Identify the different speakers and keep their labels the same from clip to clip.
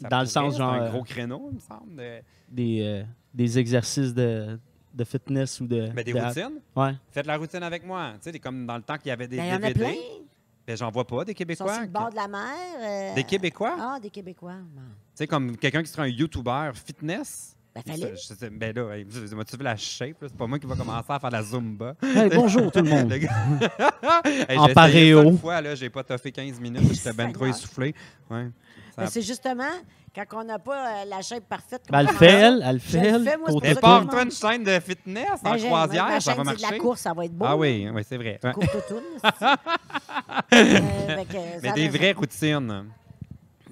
Speaker 1: Dans le sens,
Speaker 2: genre.
Speaker 1: genre,
Speaker 2: un
Speaker 1: euh,
Speaker 2: gros créneau, il me semble. de-
Speaker 1: des, euh, des exercices de, de fitness ou de.
Speaker 2: Ben, des
Speaker 1: de-
Speaker 2: routines.
Speaker 1: Ouais.
Speaker 2: Faites la routine avec moi. Tu sais, des- comme dans le temps qu'il y avait des
Speaker 3: Ben, Il y en a
Speaker 2: DVD.
Speaker 3: plein.
Speaker 2: Ben, j'en vois pas des
Speaker 3: Ils sont sur
Speaker 2: Québécois.
Speaker 3: le bord de la mer. euh,
Speaker 2: Des Québécois. Ah.
Speaker 3: Ah, des Québécois. man.
Speaker 2: Tu sais, comme quelqu'un qui sera un YouTuber fitness.
Speaker 3: Ben,
Speaker 2: Ça,
Speaker 3: fallait.
Speaker 2: je sais- ben là, hey, m'as-tu vu la shape? là? C'est pas moi qui va commencer à faire la Zumba.
Speaker 1: Hey, bonjour tout le monde.
Speaker 2: Le gars- Hey, j'ai
Speaker 1: En
Speaker 2: essayé
Speaker 1: paréo.
Speaker 2: ça Une fois, là, j'ai pas toffé 15 minutes, j'étais ben trop
Speaker 3: Seigneur.
Speaker 2: essoufflé. Ouais. Ça-
Speaker 3: Ben, c'est justement quand on n'a pas euh, la shape parfaite. qu'on
Speaker 1: Ben, elle
Speaker 3: commence.
Speaker 1: fait, elle, elle
Speaker 3: Je
Speaker 1: fait,
Speaker 3: le
Speaker 1: elle.
Speaker 3: fais, moi, c'est
Speaker 1: côte à
Speaker 3: pour ça
Speaker 1: côte.
Speaker 3: que
Speaker 2: Prépare-toi une chaîne de fitness
Speaker 3: Ben,
Speaker 2: en
Speaker 3: j'ai- ma
Speaker 2: croisière, ça
Speaker 3: chaîne,
Speaker 2: va
Speaker 3: c'est de la
Speaker 2: marcher.
Speaker 3: course, ça va être beau.
Speaker 2: Ah oui, oui c'est vrai. Ouais.
Speaker 3: Courte autour. Euh, Mais
Speaker 2: Mais des vraies routines.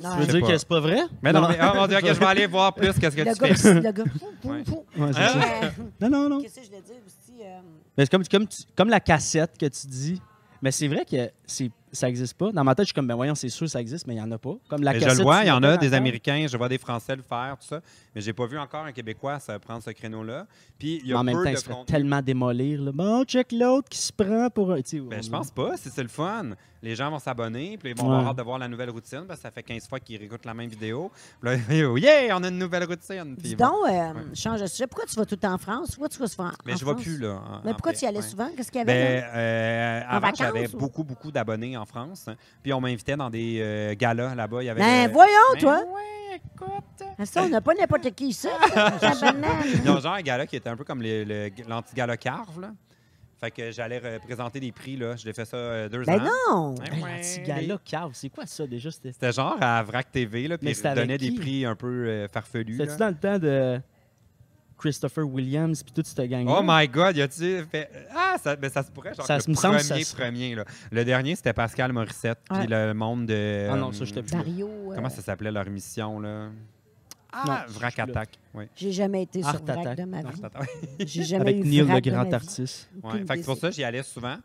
Speaker 1: Tu veux
Speaker 2: Je sais
Speaker 1: dire
Speaker 2: pas.
Speaker 1: que c'est pas vrai?
Speaker 2: Mais non, mais ah, mon Dieu, ok, je vais aller voir plus qu'est-ce que tu
Speaker 3: Le
Speaker 2: fais.
Speaker 3: gars, le gars. fou, fou,
Speaker 2: Ouais. Hein?
Speaker 3: fou.
Speaker 1: Ouais, c'est ça.
Speaker 3: Euh,
Speaker 1: Non, non, non.
Speaker 3: Qu'est-ce que je voulais dire aussi? euh,
Speaker 1: Mais c'est comme, comme, tu- comme la cassette que tu dis. Mais c'est vrai que c'est, ça n'existe pas. Dans ma tête, je suis comme, ben voyons, c'est sûr, ça existe, mais il n'y en a pas. Comme la
Speaker 2: Mais
Speaker 1: cassette.
Speaker 2: je le vois,
Speaker 1: tu
Speaker 2: il y en
Speaker 1: l'as
Speaker 2: a
Speaker 1: pas
Speaker 2: des
Speaker 1: encore.
Speaker 2: Américains, je vois des Français le faire, tout ça. Mais j'ai pas vu encore un Québécois se prendre ce créneau-là. Puis il y
Speaker 1: Mais
Speaker 2: a
Speaker 1: en même
Speaker 2: peu
Speaker 1: temps,
Speaker 2: de
Speaker 1: ils se feraient
Speaker 2: contenu.
Speaker 1: tellement démolir. Là. Bon, check l'autre qui se prend pour un. tu sais,
Speaker 2: Ben, je
Speaker 1: on-
Speaker 2: pense pas, si c'est le fun. Les gens vont s'abonner, puis ils vont
Speaker 1: Ouais.
Speaker 2: avoir hâte de voir la nouvelle routine, parce que ça fait 15 fois qu'ils réécoutent la même vidéo. Puis là, yeah, on a une nouvelle routine. Puis
Speaker 3: Dis
Speaker 2: ils vont-
Speaker 3: donc, euh, change de sujet. Pourquoi tu vas tout le temps en France? Pourquoi tu vas souvent en
Speaker 2: Mais je
Speaker 3: France?
Speaker 2: vois plus, là. en-
Speaker 3: Mais
Speaker 2: en
Speaker 3: pourquoi
Speaker 2: fait.
Speaker 3: tu y allais
Speaker 2: Ouais.
Speaker 3: souvent? Qu'est-ce qu'il y avait?
Speaker 2: Ben, euh,
Speaker 3: En
Speaker 2: avant,
Speaker 3: vacances,
Speaker 2: j'avais
Speaker 3: ou-
Speaker 2: beaucoup, beaucoup d'abonnés en France. hein. Puis on m'invitait dans des euh, galas là-bas. Il y
Speaker 3: là?
Speaker 2: avait
Speaker 3: Ben,
Speaker 2: le-
Speaker 3: voyons,
Speaker 2: Ben
Speaker 3: toi! Ah,
Speaker 2: ouais, écoute.
Speaker 3: Ça, on n'a pas n'importe qui ici. Tabarnak.
Speaker 2: Ils ont genre un gala qui était un peu comme les- le- l'anti-gala Carve, là. Fait que j'allais euh, présenter des prix, là. Je l'ai fait ça euh, deux
Speaker 3: ben
Speaker 2: ans.
Speaker 3: non!
Speaker 2: Ben
Speaker 1: Hey,
Speaker 2: ouais.
Speaker 1: l'anti-gala cave, c'est quoi ça déjà? C'était,
Speaker 2: C'était genre à Vrac TV, là, puis
Speaker 1: Mais
Speaker 2: ils
Speaker 1: c'était avec
Speaker 2: donnaient des
Speaker 1: qui?
Speaker 2: prix un peu euh, farfelus. là.
Speaker 1: tu dans le temps de Christopher Williams puis toute cette gang
Speaker 2: Oh my God, y a-tu fait... Ah, ça, ben, ça se pourrait, genre
Speaker 1: Ça
Speaker 2: que
Speaker 1: se-
Speaker 2: le
Speaker 1: me semble
Speaker 2: premier
Speaker 1: que ça se-
Speaker 2: premier, là. Le dernier, c'était Pascal Morissette, puis
Speaker 3: Ouais.
Speaker 2: le monde de...
Speaker 1: Ah non, ça, j'étais plus là.
Speaker 3: Dario, euh,
Speaker 2: Comment ça s'appelait leur émission, là? Ah,
Speaker 1: Non,
Speaker 2: Vrac
Speaker 1: je suis là. Ah,
Speaker 2: Attaque, oui.
Speaker 3: j'ai jamais été sur
Speaker 1: Art
Speaker 3: Vrac
Speaker 1: Attack.
Speaker 3: de ma vie.
Speaker 2: Vrac Attaque.
Speaker 3: J'ai jamais
Speaker 1: Avec
Speaker 3: eu
Speaker 1: Neil, le
Speaker 3: Vrac de ma
Speaker 1: grand
Speaker 3: vie.
Speaker 1: artiste.
Speaker 2: Ouais.
Speaker 3: Aucune
Speaker 2: Fait que
Speaker 3: idée
Speaker 2: c'est pour
Speaker 3: c'est
Speaker 2: ça, j'y allais souvent.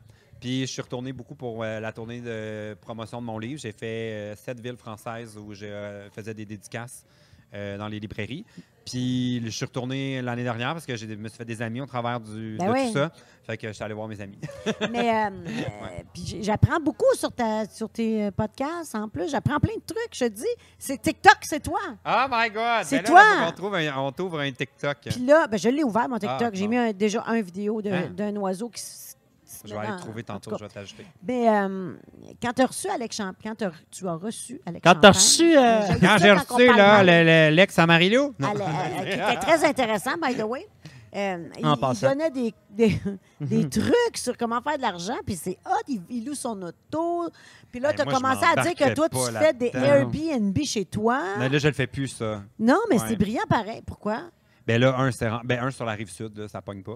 Speaker 2: Puis je suis retourné beaucoup pour euh, la tournée de promotion de mon livre. J'ai fait euh, sept villes françaises où je euh, faisais des dédicaces euh, dans les librairies. Puis je suis retourné l'année dernière parce que je me suis fait des amis au travers du,
Speaker 3: Ben
Speaker 2: de
Speaker 3: oui.
Speaker 2: tout ça. Fait que je suis allé voir mes amis.
Speaker 3: Mais euh, euh, puis j'ai- j'apprends beaucoup sur, ta, sur tes euh, podcasts en plus. J'apprends plein de trucs, je te dis. C'est TikTok, c'est toi.
Speaker 2: Oh my God!
Speaker 3: C'est
Speaker 2: Ben là,
Speaker 3: toi!
Speaker 2: on trouve un- on t'ouvre un, TikTok.
Speaker 3: Puis là, ben, je l'ai ouvert, mon TikTok.
Speaker 2: Ah,
Speaker 3: j'ai
Speaker 2: bon.
Speaker 3: mis un- déjà un vidéo de-
Speaker 2: Hein?
Speaker 3: d'un oiseau qui s- se
Speaker 2: Je
Speaker 3: met
Speaker 2: vais aller
Speaker 3: dans-
Speaker 2: le trouver
Speaker 3: en tout
Speaker 2: tantôt,
Speaker 3: cas.
Speaker 2: je vais t'ajouter.
Speaker 3: Mais euh, quand tu as reçu Alex Champ- quand t'as re- tu as reçu Alex
Speaker 1: Quand t'as
Speaker 3: Champagne,
Speaker 1: reçu, euh,
Speaker 3: euh,
Speaker 2: Quand j'ai
Speaker 3: j'aime ça
Speaker 2: reçu
Speaker 3: on parle mal.
Speaker 2: l'ex Amarillo,
Speaker 3: Elle, euh, euh, qui était très intéressant, by the way. Euh, il,
Speaker 1: En
Speaker 3: il
Speaker 1: passant.
Speaker 3: donnait des, des, des trucs sur comment faire de l'argent, puis c'est hot, il, il loue son auto. Puis là,
Speaker 2: Ben,
Speaker 3: tu as
Speaker 2: moi, je
Speaker 3: commencé à dire que toi, tu
Speaker 2: m'embarquerais pas
Speaker 3: fais des
Speaker 2: là-dedans.
Speaker 3: Airbnb chez toi.
Speaker 2: Ben là, je le fais plus, ça.
Speaker 3: non, mais
Speaker 2: Ouais.
Speaker 3: c'est brillant pareil. Pourquoi?
Speaker 2: Ben là, un, c'est ren- ben, un sur la rive sud, là, ça pogne pas.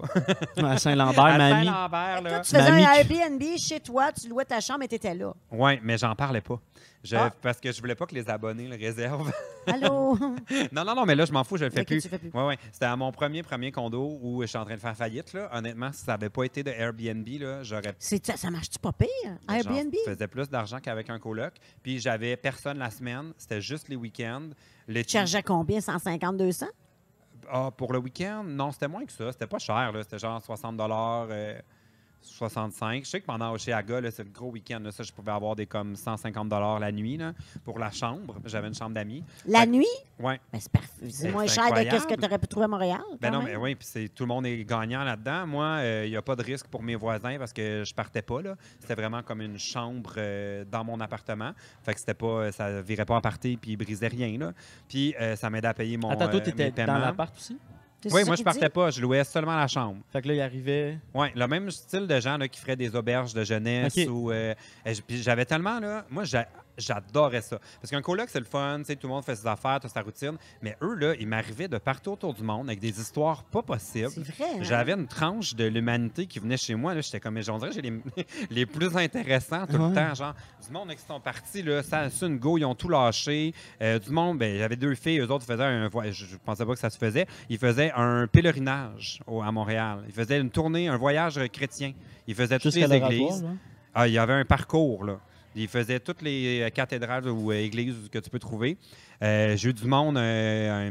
Speaker 1: À Saint-Lambert,
Speaker 2: À
Speaker 1: mamie.
Speaker 2: Saint-Lambert, là.
Speaker 3: Toi, tu faisais
Speaker 1: Mamie
Speaker 3: un
Speaker 1: qui-
Speaker 3: Airbnb chez toi, tu louais ta chambre et tu étais là.
Speaker 2: Oui, mais j'en parlais pas. Je-
Speaker 3: Ah.
Speaker 2: Parce que je voulais pas que les abonnés le réservent.
Speaker 3: Allô?
Speaker 2: non, non, non, mais là, je m'en fous, je le fais
Speaker 3: Ok,
Speaker 2: plus.
Speaker 3: tu fais plus.
Speaker 2: Ouais, ouais. C'était à mon premier, premier condo où je suis en train de faire faillite. Là. Honnêtement, si ça n'avait pas été de Airbnb, là, j'aurais
Speaker 3: C'est- ça, ça marche-tu pas pire?
Speaker 2: Genre,
Speaker 3: Airbnb?
Speaker 2: Je faisais plus d'argent qu'avec un coloc. Puis j'avais personne la semaine. C'était juste les week-ends. Les
Speaker 3: Tu chargeais combien? 150, 200?
Speaker 2: Ah, pour le week-end, non, c'était moins que ça. C'était pas cher. là. C'était genre 60 euh, 65. Je sais que pendant chez Aga, là, c'est le gros week-end. là, Ça, je pouvais avoir des comme 150 la nuit là, pour la chambre. J'avais une chambre d'amis.
Speaker 3: La
Speaker 2: Fait-
Speaker 3: nuit?
Speaker 2: Ouais.
Speaker 3: Ben, c'est parfait. C'est
Speaker 2: Ben,
Speaker 3: moins
Speaker 2: c'est
Speaker 3: cher que ce que
Speaker 2: incroyable.
Speaker 3: tu aurais pu trouver à Montréal.
Speaker 2: Ben
Speaker 3: quand
Speaker 2: non,
Speaker 3: même.
Speaker 2: mais oui, puis c'est- tout le monde est gagnant là-dedans. Moi, euh, il n'y a pas de risque pour mes voisins parce que je partais pas là. C'était vraiment comme une chambre euh, dans mon appartement. Fait que c'était pas, euh, ça virait pas à partir puis il brisait rien là. Puis euh, ça m'aidait à payer mon
Speaker 1: Attends,
Speaker 2: euh,
Speaker 1: toi,
Speaker 2: mes
Speaker 1: t'étais dans
Speaker 2: paiements.
Speaker 1: l'appart aussi?
Speaker 3: C'est
Speaker 2: Oui,
Speaker 3: ça
Speaker 2: moi
Speaker 3: qu'il
Speaker 2: je
Speaker 3: dit?
Speaker 2: partais pas, je louais seulement la chambre.
Speaker 1: Fait que là, il arrivait.
Speaker 2: Oui, le même style de gens là, qui feraient des auberges de jeunesse
Speaker 1: Ok.
Speaker 2: ou euh, et j- puis j'avais tellement là, moi j'a- j'adorais ça parce qu'un coloc c'est le fun, tu sais, tout le monde fait ses affaires, toute sa routine, mais eux là, ils m'arrivaient de partout autour du monde avec des histoires pas possibles.
Speaker 3: C'est vrai. hein?
Speaker 2: J'avais une tranche de l'humanité qui venait chez moi. là. J'étais comme, mais j'en dirais, j'ai les, les plus intéressants tout
Speaker 1: Ouais.
Speaker 2: le temps. Genre, du monde là, qui sont partis, là, ça, ça, une go, ils ont tout lâché. Euh, du monde, ben, j'avais deux filles, eux autres faisaient un voyage. Je je pensais pas que ça se faisait. Ils faisaient un pèlerinage au- à Montréal. Ils faisaient une tournée, un voyage euh, chrétien. Ils faisaient toutes
Speaker 1: Jusqu'à
Speaker 2: les
Speaker 1: la revoir,
Speaker 2: églises.
Speaker 1: là.
Speaker 2: Ah, il y avait un parcours, là. Il faisait toutes les euh, cathédrales ou euh, églises que tu peux trouver. Euh, J'ai eu du monde euh,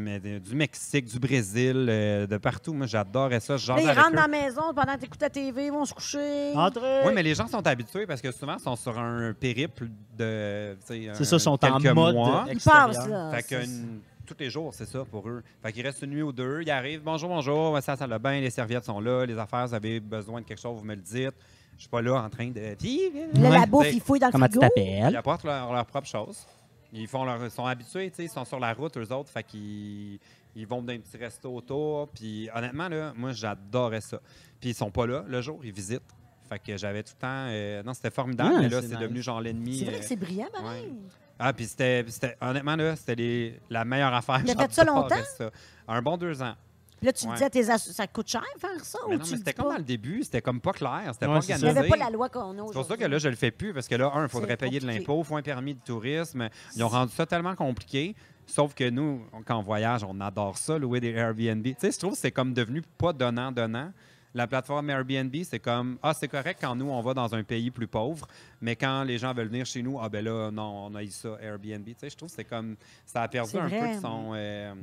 Speaker 2: euh, du Mexique, du Brésil, euh, de partout. Moi, j'adorais ça.
Speaker 3: Là, ils rentrent dans la maison pendant que t'écoutes la TV, ils vont se coucher.
Speaker 1: Entrez!
Speaker 2: Oui, mais les gens sont habitués parce que souvent, ils sont sur un périple de.
Speaker 1: C'est ça, ils sont en
Speaker 2: euh, quelques
Speaker 1: mode
Speaker 2: mois.
Speaker 3: Ils
Speaker 1: extérieur.
Speaker 3: passent, là.
Speaker 2: Fait que
Speaker 3: Ah, C'est-
Speaker 2: une- tous les jours, c'est ça pour eux. Fait qu'ils restent une nuit ou deux, ils arrivent, bonjour, bonjour, ça sent le bain, les serviettes sont là, les affaires, vous avez besoin de quelque chose, vous me le dites. Je suis pas là en train de. Puis,
Speaker 3: Là, la
Speaker 1: Ouais.
Speaker 3: bouffe,
Speaker 2: Ben,
Speaker 3: il fouille dans le
Speaker 1: Comment tu
Speaker 3: frigo.
Speaker 2: Ils
Speaker 1: t'appelles?
Speaker 2: apportent leur, leur propre chose. Ils font leur, sont habitués, tu sais, ils sont sur la route, eux autres. Fait qu'ils ils vont dans un petit resto autour. Puis honnêtement, là, moi, j'adorais ça. Puis ils sont pas là le jour, ils visitent. Fait que j'avais tout le temps. euh, non, c'était formidable,
Speaker 1: Ah,
Speaker 2: mais là,
Speaker 1: c'est
Speaker 2: c'est
Speaker 1: nice.
Speaker 2: devenu genre l'ennemi.
Speaker 3: C'est vrai
Speaker 2: euh,
Speaker 3: que c'est brillant, ben. pareil.
Speaker 2: ah, puis c'était, puis c'était- honnêtement, là, c'était les- la meilleure affaire.
Speaker 3: Mais faites ça
Speaker 2: J'adorais
Speaker 3: longtemps?
Speaker 2: ça. Un bon deux ans.
Speaker 3: Puis Là, tu
Speaker 2: Ouais.
Speaker 3: disais à tes assos- ça coûte cher faire ça
Speaker 2: Mais
Speaker 3: ou
Speaker 2: non,
Speaker 3: Oh,
Speaker 2: mais
Speaker 3: tu le
Speaker 2: c'était
Speaker 3: dis
Speaker 2: comme
Speaker 3: pas?
Speaker 2: dans le début, c'était comme pas clair, c'était
Speaker 1: Ouais,
Speaker 2: pas
Speaker 1: c'est ça.
Speaker 3: Il n'y
Speaker 2: organisé.
Speaker 3: avait pas la loi qu'on a
Speaker 2: C'est pour ça
Speaker 3: aujourd'hui.
Speaker 2: que là, je le fais plus, parce que là, un, il faudrait
Speaker 3: C'est
Speaker 2: payer de
Speaker 3: compliqué.
Speaker 2: l'impôt, il faut un permis de tourisme. Ils ont rendu ça tellement compliqué. Sauf que nous, on- quand on voyage, on adore ça, louer des Airbnb. Tu sais, je trouve que c'est comme devenu pas donnant-donnant. La plateforme Airbnb, c'est comme Ah, c'est correct quand nous, on va dans un pays plus pauvre, mais quand les gens veulent venir chez nous, ah ben là, non, on a eu ça, Airbnb. Tu sais, je trouve que c'est comme ça a perdu
Speaker 3: C'est
Speaker 2: un peu
Speaker 3: vrai.
Speaker 2: de son. euh,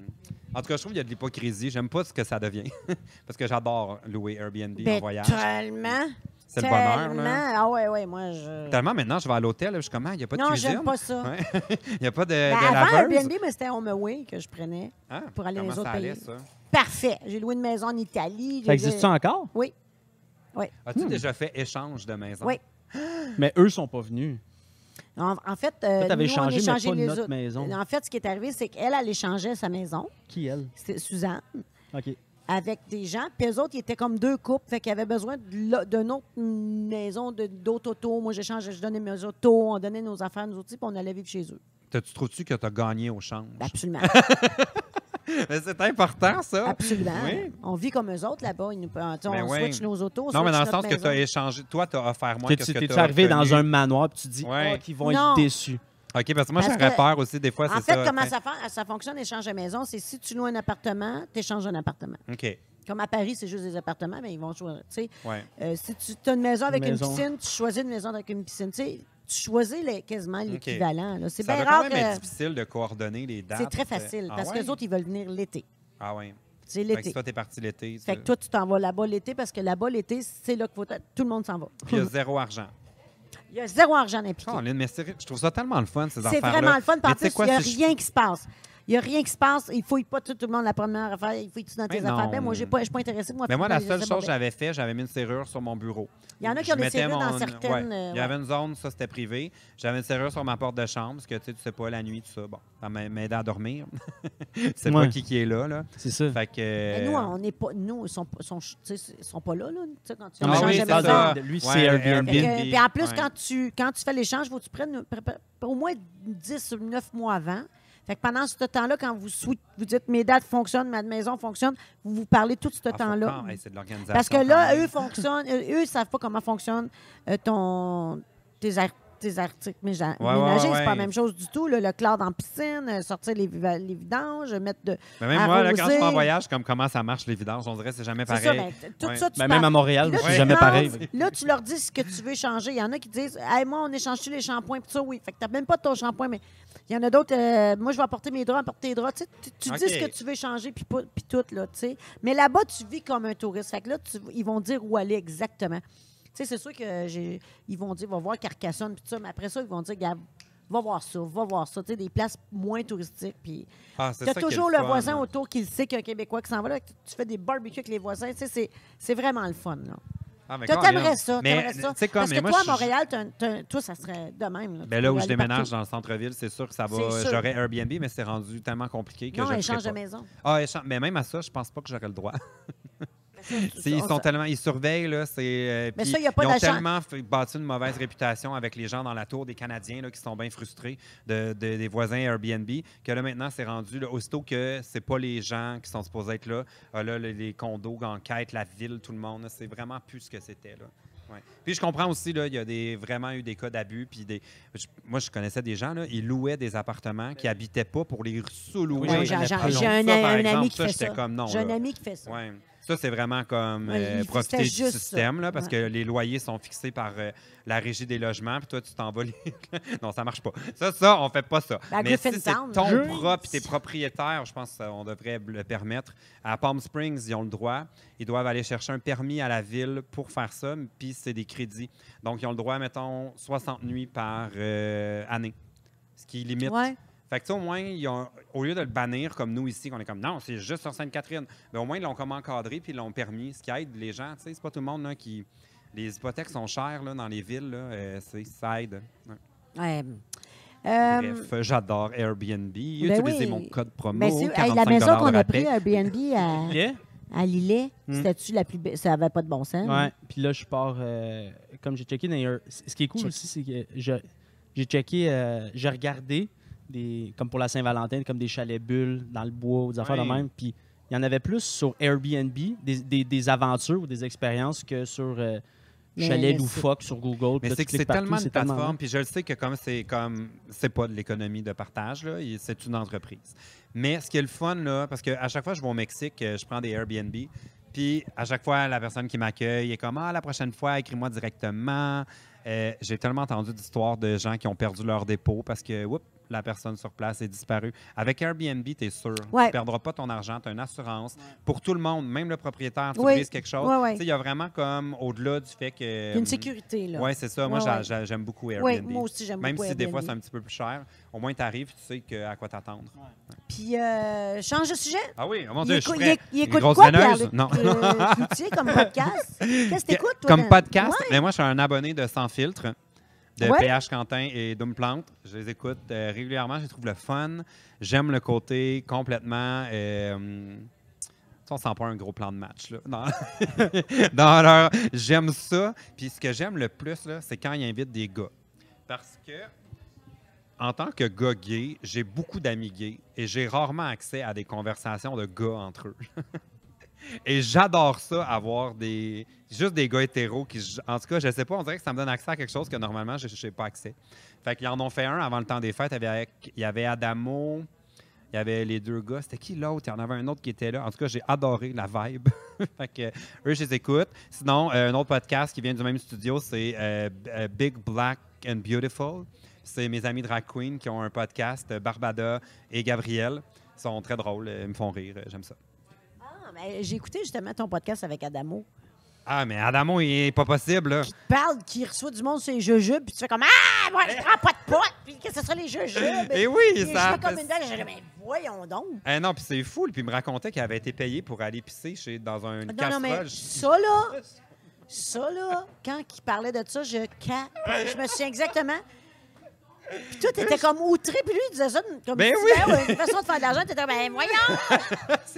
Speaker 2: En tout cas, je trouve qu'il y a de l'hypocrisie. J'aime pas ce que ça devient. parce que j'adore louer Airbnb en
Speaker 3: Ben,
Speaker 2: voyage.
Speaker 3: Tellement.
Speaker 2: C'est le bonheur,
Speaker 3: tellement.
Speaker 2: là.
Speaker 3: Ah ouais, ouais, moi, je...
Speaker 2: Tellement maintenant, je vais à l'hôtel, là, je suis comme, Ah, il n'y a pas de
Speaker 3: Non,
Speaker 2: cuisine.
Speaker 3: j'aime pas ça.
Speaker 2: Ouais. Il n'y a pas de,
Speaker 3: Ben,
Speaker 2: de
Speaker 3: avant
Speaker 2: laveuse.
Speaker 3: Airbnb, mais c'était Home Away que je prenais.
Speaker 2: Ah,
Speaker 3: pour aller dans les
Speaker 2: comment ça
Speaker 3: autres
Speaker 2: allait,
Speaker 3: pays.
Speaker 2: ça?
Speaker 3: Parfait. J'ai loué une maison en Italie. j'ai-
Speaker 1: Ça existe ça encore?
Speaker 3: Oui,
Speaker 2: As-tu déjà fait échange de maison?
Speaker 3: Hmm. oui.
Speaker 1: Mais eux sont pas venus.
Speaker 3: En, en fait, euh,
Speaker 1: Toi, t'avais
Speaker 3: nous, on
Speaker 1: changé, mais
Speaker 3: échangeait
Speaker 1: pas
Speaker 3: les
Speaker 1: notre
Speaker 3: autres.
Speaker 1: maison.
Speaker 3: En fait, ce qui est arrivé, c'est qu'elle, elle échangeait sa maison,
Speaker 1: Qui, elle?
Speaker 3: c'était Suzanne,
Speaker 1: OK.
Speaker 3: avec des gens. Puis eux autres, ils étaient comme deux couples. Fait qu'ils avaient besoin de la- d'une autre maison, de- d'autres autos. Moi, j'échangeais, je donnais mes autos, on donnait nos affaires, nos outils, puis on allait vivre chez eux.
Speaker 2: T'as-tu trouves-tu que tu as gagné au change?
Speaker 3: Ben, absolument.
Speaker 2: Mais c'est important, ça.
Speaker 3: Absolument.
Speaker 2: Oui.
Speaker 3: On vit comme eux autres là-bas. Ils nous, euh, tu sais, on
Speaker 2: Ben ouais.
Speaker 3: switch nos autos.
Speaker 2: Non, mais dans le
Speaker 3: switch
Speaker 2: sens
Speaker 3: notre
Speaker 2: que tu as
Speaker 3: maison.
Speaker 2: échangé. Toi, tu as offert moins
Speaker 1: T'es-
Speaker 2: que ce que
Speaker 1: T'es-tu
Speaker 2: t'as
Speaker 1: arrivé dans
Speaker 2: obtenu.
Speaker 1: un manoir et tu dis
Speaker 2: Ouais.
Speaker 1: Ah, qu'ils vont
Speaker 3: Non.
Speaker 1: être déçus.
Speaker 2: OK, parce que moi,
Speaker 3: Parce
Speaker 2: j'aurais
Speaker 3: que-
Speaker 2: peur aussi, des fois,
Speaker 3: En
Speaker 2: c'est
Speaker 3: fait,
Speaker 2: ça.
Speaker 3: comment
Speaker 2: t'sais.
Speaker 3: ça, fa- ça fonctionne, échange de maison, c'est si tu loues un appartement, tu échanges un appartement.
Speaker 2: OK,
Speaker 3: Comme à Paris, c'est juste des appartements, mais ils vont choisir. tu sais.
Speaker 2: ouais.
Speaker 3: Euh, si tu as une maison avec
Speaker 1: Maison.
Speaker 3: une piscine, tu choisis une maison avec une piscine. Tu, sais, tu choisis les- quasiment l'équivalent. là. C'est
Speaker 2: Ça
Speaker 3: bien
Speaker 2: doit quand
Speaker 3: rare
Speaker 2: même être
Speaker 3: que.
Speaker 2: difficile de coordonner les dates.
Speaker 3: C'est très facile
Speaker 2: Ah
Speaker 3: parce que
Speaker 2: ouais?
Speaker 3: les autres, ils veulent venir l'été.
Speaker 2: Ah oui.
Speaker 3: C'est
Speaker 2: Fait que
Speaker 3: l'été.
Speaker 2: toi, t'es parti l'été.
Speaker 3: Fait que toi, tu t'en vas là-bas l'été parce que là-bas l'été, c'est là que faut être- tout le monde s'en va.
Speaker 2: Puis il y a zéro argent.
Speaker 3: Il y a zéro argent impliqué.
Speaker 2: Caroline, mais c'est- je trouve ça tellement le fun, ces affaires-là.
Speaker 3: C'est vraiment le fun.
Speaker 2: Mais
Speaker 3: Par
Speaker 2: tu sais
Speaker 3: plus,
Speaker 2: quoi,
Speaker 3: il n'y a
Speaker 2: si je-
Speaker 3: rien qui se passe. Il n'y a rien qui se passe. Il ne fouille pas tout, tout le monde la première affaire. Il fouille tout dans tes
Speaker 2: Mais
Speaker 3: affaires.
Speaker 2: non.
Speaker 3: Ben, moi, j'ai pas- je ne suis pas intéressée. Moi,
Speaker 2: Mais moi, la seule chose que j'avais
Speaker 3: j'avais.
Speaker 2: fait, j'avais mis une serrure sur mon bureau.
Speaker 3: Il y en a qui
Speaker 2: Je
Speaker 3: ont des
Speaker 2: mettais
Speaker 3: serrures dans
Speaker 2: mon-
Speaker 3: certaines,
Speaker 2: ouais.
Speaker 3: euh,
Speaker 2: Il y avait une zone, ça c'était privé. J'avais une serrure sur ma porte de chambre, parce que tu sais, tu sais pas la nuit, tout ça. Bon, ça m'a- m'aidait à dormir. tu sais pas
Speaker 1: Ouais.
Speaker 2: qui, qui est là, là.
Speaker 1: C'est ça.
Speaker 2: Fait que. euh,
Speaker 3: Ben, Nous, on n'est pas. Nous, ils sont, sont, tu sais, ils sont pas là, là. tu sais, Quand tu
Speaker 1: Non,
Speaker 2: euh,
Speaker 1: mais
Speaker 3: échanges
Speaker 1: oui,
Speaker 3: de
Speaker 1: c'est
Speaker 3: maison.
Speaker 1: ça. Lui, c'est Airbnb.
Speaker 3: Fait que- Puis en plus,
Speaker 2: ouais.
Speaker 3: quand, tu, quand tu fais l'échange, il faut que tu prennes euh, pré- pré- au moins 10 ou 9 mois avant. Fait que pendant ce temps-là, quand vous, sou- vous dites mes dates fonctionnent, ma maison fonctionne, vous vous parlez tout ce
Speaker 2: Ah, faut
Speaker 3: temps-là.
Speaker 2: quand- hey, c'est de l'organisation.
Speaker 3: Parce que
Speaker 2: quand
Speaker 3: là,
Speaker 2: même.
Speaker 3: eux fonctionnent, euh, eux, ils savent pas comment fonctionne euh, ton, tes, ar- tes articles méja-
Speaker 2: Ouais, ouais,
Speaker 3: ménagers.
Speaker 2: ouais,
Speaker 3: C'est pas la
Speaker 2: ouais.
Speaker 3: même chose du tout. là. le clore dans la piscine, euh, sortir les, viva- les vidanges, mettre de.
Speaker 2: Mais même moi, là, quand je suis en
Speaker 3: arroser.
Speaker 2: voyage, comme comment ça marche, les vidanges, on dirait que c'est jamais
Speaker 3: C'est
Speaker 2: pareil.
Speaker 3: ça, ben, t- tout
Speaker 2: Ouais.
Speaker 3: ça, tu
Speaker 1: Ben,
Speaker 3: parles.
Speaker 1: même à Montréal,
Speaker 3: Puis là,
Speaker 1: c'est
Speaker 3: tu
Speaker 1: jamais
Speaker 3: demandes-
Speaker 1: pareil.
Speaker 3: Là, tu leur dis ce que tu veux changer. Il y en a qui disent Hey, moi, on échange-tu les shampoings Puis ça, oui. Fait que t'as même pas ton shampoing, mais il y en a d'autres, euh, moi, je vais apporter mes draps, apporter tes draps. Tu, sais, tu- tu
Speaker 2: OK.
Speaker 3: dis ce que tu veux changer, puis, pas- puis tout, là, tu sais. Mais là-bas, tu vis comme un touriste. Fait que là, tu- ils vont dire où aller exactement. Tu sais, c'est sûr que j'ai- ils vont dire, va voir Carcassonne, puis tout ça, mais après ça, ils vont dire, Gab, va voir ça, va voir ça, tu sais, des places moins touristiques, puis...
Speaker 2: Ah, c'est
Speaker 3: Tu as
Speaker 2: ça qui est
Speaker 3: toujours le
Speaker 2: fun,
Speaker 3: voisin
Speaker 2: là.
Speaker 3: autour qui le sait qu'il y a un Québécois qui s'en va là. que Tu fais des barbecues avec les voisins. Tu sais, c'est- c'est vraiment le fun. Là.
Speaker 2: Ah, mais
Speaker 3: Toi,
Speaker 2: Caroline,
Speaker 3: t'aimerais ça.
Speaker 2: mais,
Speaker 3: t'aimerais ça.
Speaker 2: tu sais quoi,
Speaker 3: Parce
Speaker 2: mais
Speaker 3: que
Speaker 2: moi,
Speaker 3: toi,
Speaker 2: je-
Speaker 3: à Montréal, t'as un- t'as un- toi, ça serait de même. Là,
Speaker 2: Ben là où je déménage dans le centre-ville, c'est sûr que ça va. euh,
Speaker 3: C'est sûr.
Speaker 2: J'aurais Airbnb, mais c'est rendu tellement compliqué que
Speaker 3: Non,
Speaker 2: je le ferais
Speaker 3: échange de
Speaker 2: pas.
Speaker 3: maison.
Speaker 2: Ah, échange- mais même à ça, je pense pas que j'aurais le droit. C'est- ils
Speaker 3: On
Speaker 2: sont
Speaker 3: s'a-
Speaker 2: tellement, ils surveillent là, c'est. euh,
Speaker 3: Mais
Speaker 2: puis
Speaker 3: ça, y a pas
Speaker 2: ils ont
Speaker 3: d'agent.
Speaker 2: tellement fait- bâti une mauvaise réputation avec les gens dans la tour des Canadiens là, qui sont bien frustrés de, de- des voisins Airbnb que là maintenant c'est rendu là, aussitôt que c'est pas les gens qui sont supposés être là, ah, là les, les condos enquêtent la ville, tout le monde, là, c'est vraiment plus ce que c'était là. Ouais. Puis je comprends aussi là, il y a des, vraiment eu des cas d'abus puis des. je- moi je connaissais des gens là, ils louaient des appartements qui habitaient pas pour les sous-louer.
Speaker 1: Ben Oui,
Speaker 3: Non,
Speaker 1: j'en connais
Speaker 3: j'ai j'ai-
Speaker 1: pas.
Speaker 3: j'ai
Speaker 1: Ça,
Speaker 3: un,
Speaker 2: par
Speaker 3: un ami
Speaker 2: exemple,
Speaker 3: qui fait
Speaker 2: j'étais
Speaker 3: ça.
Speaker 2: comme non.
Speaker 3: J'ai un
Speaker 2: là.
Speaker 3: ami qui fait ça.
Speaker 2: Ouais. Ça, c'est vraiment comme
Speaker 3: Ouais,
Speaker 2: euh,
Speaker 3: il-
Speaker 2: profiter
Speaker 3: c'était
Speaker 2: du
Speaker 3: juste ça.
Speaker 2: système, là, parce que les loyers sont fixés par euh, la régie des logements, puis toi, tu t'en vas. les- non, ça marche pas. Ça, ça, on fait pas ça.
Speaker 3: Ben, à
Speaker 2: Mais si c'est
Speaker 3: Griffintown,
Speaker 2: ton
Speaker 1: je-
Speaker 2: propre, tes propriétaires, je pense qu'on devrait le permettre. À Palm Springs, ils ont le droit. Ils doivent aller chercher un permis à la ville pour faire ça, puis c'est des crédits. Donc, ils ont le droit, mettons, 60 nuits par euh, année, ce qui limite
Speaker 3: Ouais.
Speaker 2: fait que, tu sais, au moins, ils ont- au lieu de le bannir comme nous ici, qu'on est comme non, c'est juste sur Sainte-Catherine, mais au moins, ils l'ont comme encadré puis ils l'ont permis, ce qui aide les gens. Tu sais, c'est pas tout le monde là, qui. Les hypothèques sont chères là, dans les villes, là, euh, c'est- ça aide. Ouais.
Speaker 3: Ouais. Euh,
Speaker 2: Bref, j'adore Airbnb.
Speaker 3: ben
Speaker 2: Utilisez
Speaker 3: oui.
Speaker 2: mon code promo.
Speaker 3: mais c'est- hey,
Speaker 2: 45
Speaker 3: la maison qu'on
Speaker 2: de Hmm.
Speaker 3: a
Speaker 2: rabais.
Speaker 3: pris, Airbnb à,
Speaker 1: Yeah.
Speaker 3: à Lillet,
Speaker 1: Mm.
Speaker 3: c'était-tu la plus belle? Ça avait pas de bon sens.
Speaker 1: Ouais. Puis là, je pars. euh, comme j'ai checké dans les- Ce qui est cool
Speaker 3: Check.
Speaker 1: aussi, c'est que je- j'ai checké, euh, j'ai regardé, des, comme pour la Saint-Valentin, comme des chalets bulles dans le bois ou des affaires de
Speaker 2: Ouais.
Speaker 1: même. Puis il y en avait plus sur Airbnb, des, des- des aventures ou des expériences que sur euh,
Speaker 3: Mais-
Speaker 1: chalet
Speaker 3: mais
Speaker 1: loufoque sur Google. Puis
Speaker 2: Mais
Speaker 1: là,
Speaker 2: c'est
Speaker 1: tu
Speaker 2: que
Speaker 1: cliques
Speaker 2: c'est
Speaker 1: partout,
Speaker 2: tellement une
Speaker 1: c'est
Speaker 2: plateforme, puis je le sais que comme c'est comme c'est pas de l'économie de partage, là, et c'est une entreprise. Mais ce qui est le fun, là, parce que à chaque fois que je vais au Mexique, euh, je prends des Airbnb, puis à chaque fois, la personne qui m'accueille est comme Ah, la prochaine fois, écris-moi directement. Euh, J'ai tellement entendu d'histoires de gens qui ont perdu leur dépôt parce que whoop, la personne sur place est disparue. Avec Airbnb, tu es sûr. Tu
Speaker 3: Ouais.
Speaker 2: ne perdras pas ton argent, tu as une assurance. Pour tout le monde, même le propriétaire, tu
Speaker 3: Oui.
Speaker 2: brises quelque chose.
Speaker 3: Ouais, ouais.
Speaker 2: Tu sais, Il y a vraiment comme au-delà du fait que.
Speaker 3: Une sécurité, là.
Speaker 2: Oui, c'est ça. Moi,
Speaker 3: Ouais,
Speaker 2: j'a-
Speaker 3: ouais.
Speaker 2: j'a- j'aime beaucoup
Speaker 3: Ouais,
Speaker 2: Airbnb.
Speaker 3: moi aussi, j'aime
Speaker 2: Même
Speaker 3: beaucoup
Speaker 2: si des fois,
Speaker 3: Airbnb.
Speaker 2: c'est un petit peu plus cher, au moins, tu arrives tu sais que- à quoi t'attendre.
Speaker 3: Puis, euh, change de sujet.
Speaker 2: Ah oui, oh mon
Speaker 3: Il
Speaker 2: Dieu, je
Speaker 3: écou-
Speaker 2: suis
Speaker 3: il
Speaker 2: prêt.
Speaker 3: éc- il
Speaker 2: Une
Speaker 3: écoute
Speaker 2: grosse
Speaker 3: quoi,
Speaker 2: veineuse?
Speaker 3: Pierre-Luc,
Speaker 2: Non.
Speaker 3: euh, Cloutier, comme podcast? Qu'est-ce que t'écoutes, toi?
Speaker 2: Comme
Speaker 3: dans-
Speaker 2: podcast,
Speaker 3: Ouais.
Speaker 2: mais moi, je suis un abonné de Sans Filtre, de
Speaker 3: Ouais.
Speaker 2: PH Quentin et Doom Plante. Je les écoute euh, régulièrement, je les trouve le fun. J'aime le côté complètement. euh, hum, tu sais, on sent pas un gros plan de match. Là. Dans, dans leur- J'aime ça. Puis ce que j'aime le plus, là, c'est quand ils invitent des gars. Parce que, en tant que gars gay, j'ai beaucoup d'amis gays et j'ai rarement accès à des conversations de gars entre eux. Et j'adore ça, avoir des juste des gars hétéros qui, j- en tout cas, je sais pas, on dirait que ça me donne accès à quelque chose que normalement je n'ai pas accès. Fait qu'ils en ont fait un avant le temps des fêtes avec, il y avait Adamo, il y avait les deux gars, c'était qui l'autre? Il y en avait un autre qui était là. En tout cas, j'ai adoré la vibe. fait que eux, je les écoute. Sinon, euh, un autre podcast qui vient du même studio, c'est euh, B- euh, Big Black and Beautiful. C'est mes amis drag queen qui ont un podcast, euh, Barbada et Gabriel. Ils sont très drôles, euh, ils me font rire, euh, j'aime ça.
Speaker 3: Ah, ben, J'ai écouté justement ton podcast avec Adamo.
Speaker 2: Ah, mais Adamo, il est pas possible, là.
Speaker 3: Parle, qui reçoit du monde sur les jujubes, puis tu fais comme Ah, moi, je prends pas de potes, puis qu'est-ce que ce sera les jujubes?
Speaker 2: Eh oui,
Speaker 3: Puis
Speaker 2: ça-
Speaker 3: Je fais comme une belle, je dis, mais voyons donc.
Speaker 2: Eh non, puis c'est fou. Puis il me racontait qu'il avait été payé pour aller pisser chez, dans un
Speaker 3: Non, non,
Speaker 2: casserole.
Speaker 3: mais ça, là, ça, là, quand il parlait de ça, je cap- Je me souviens exactement. Puis toi, t'étais comme outré, puis lui, il disait ça de- comme
Speaker 2: Ben
Speaker 3: si
Speaker 2: oui.
Speaker 3: c'était, ouais, une façon de faire de l'argent, t'étais comme, ben voyons!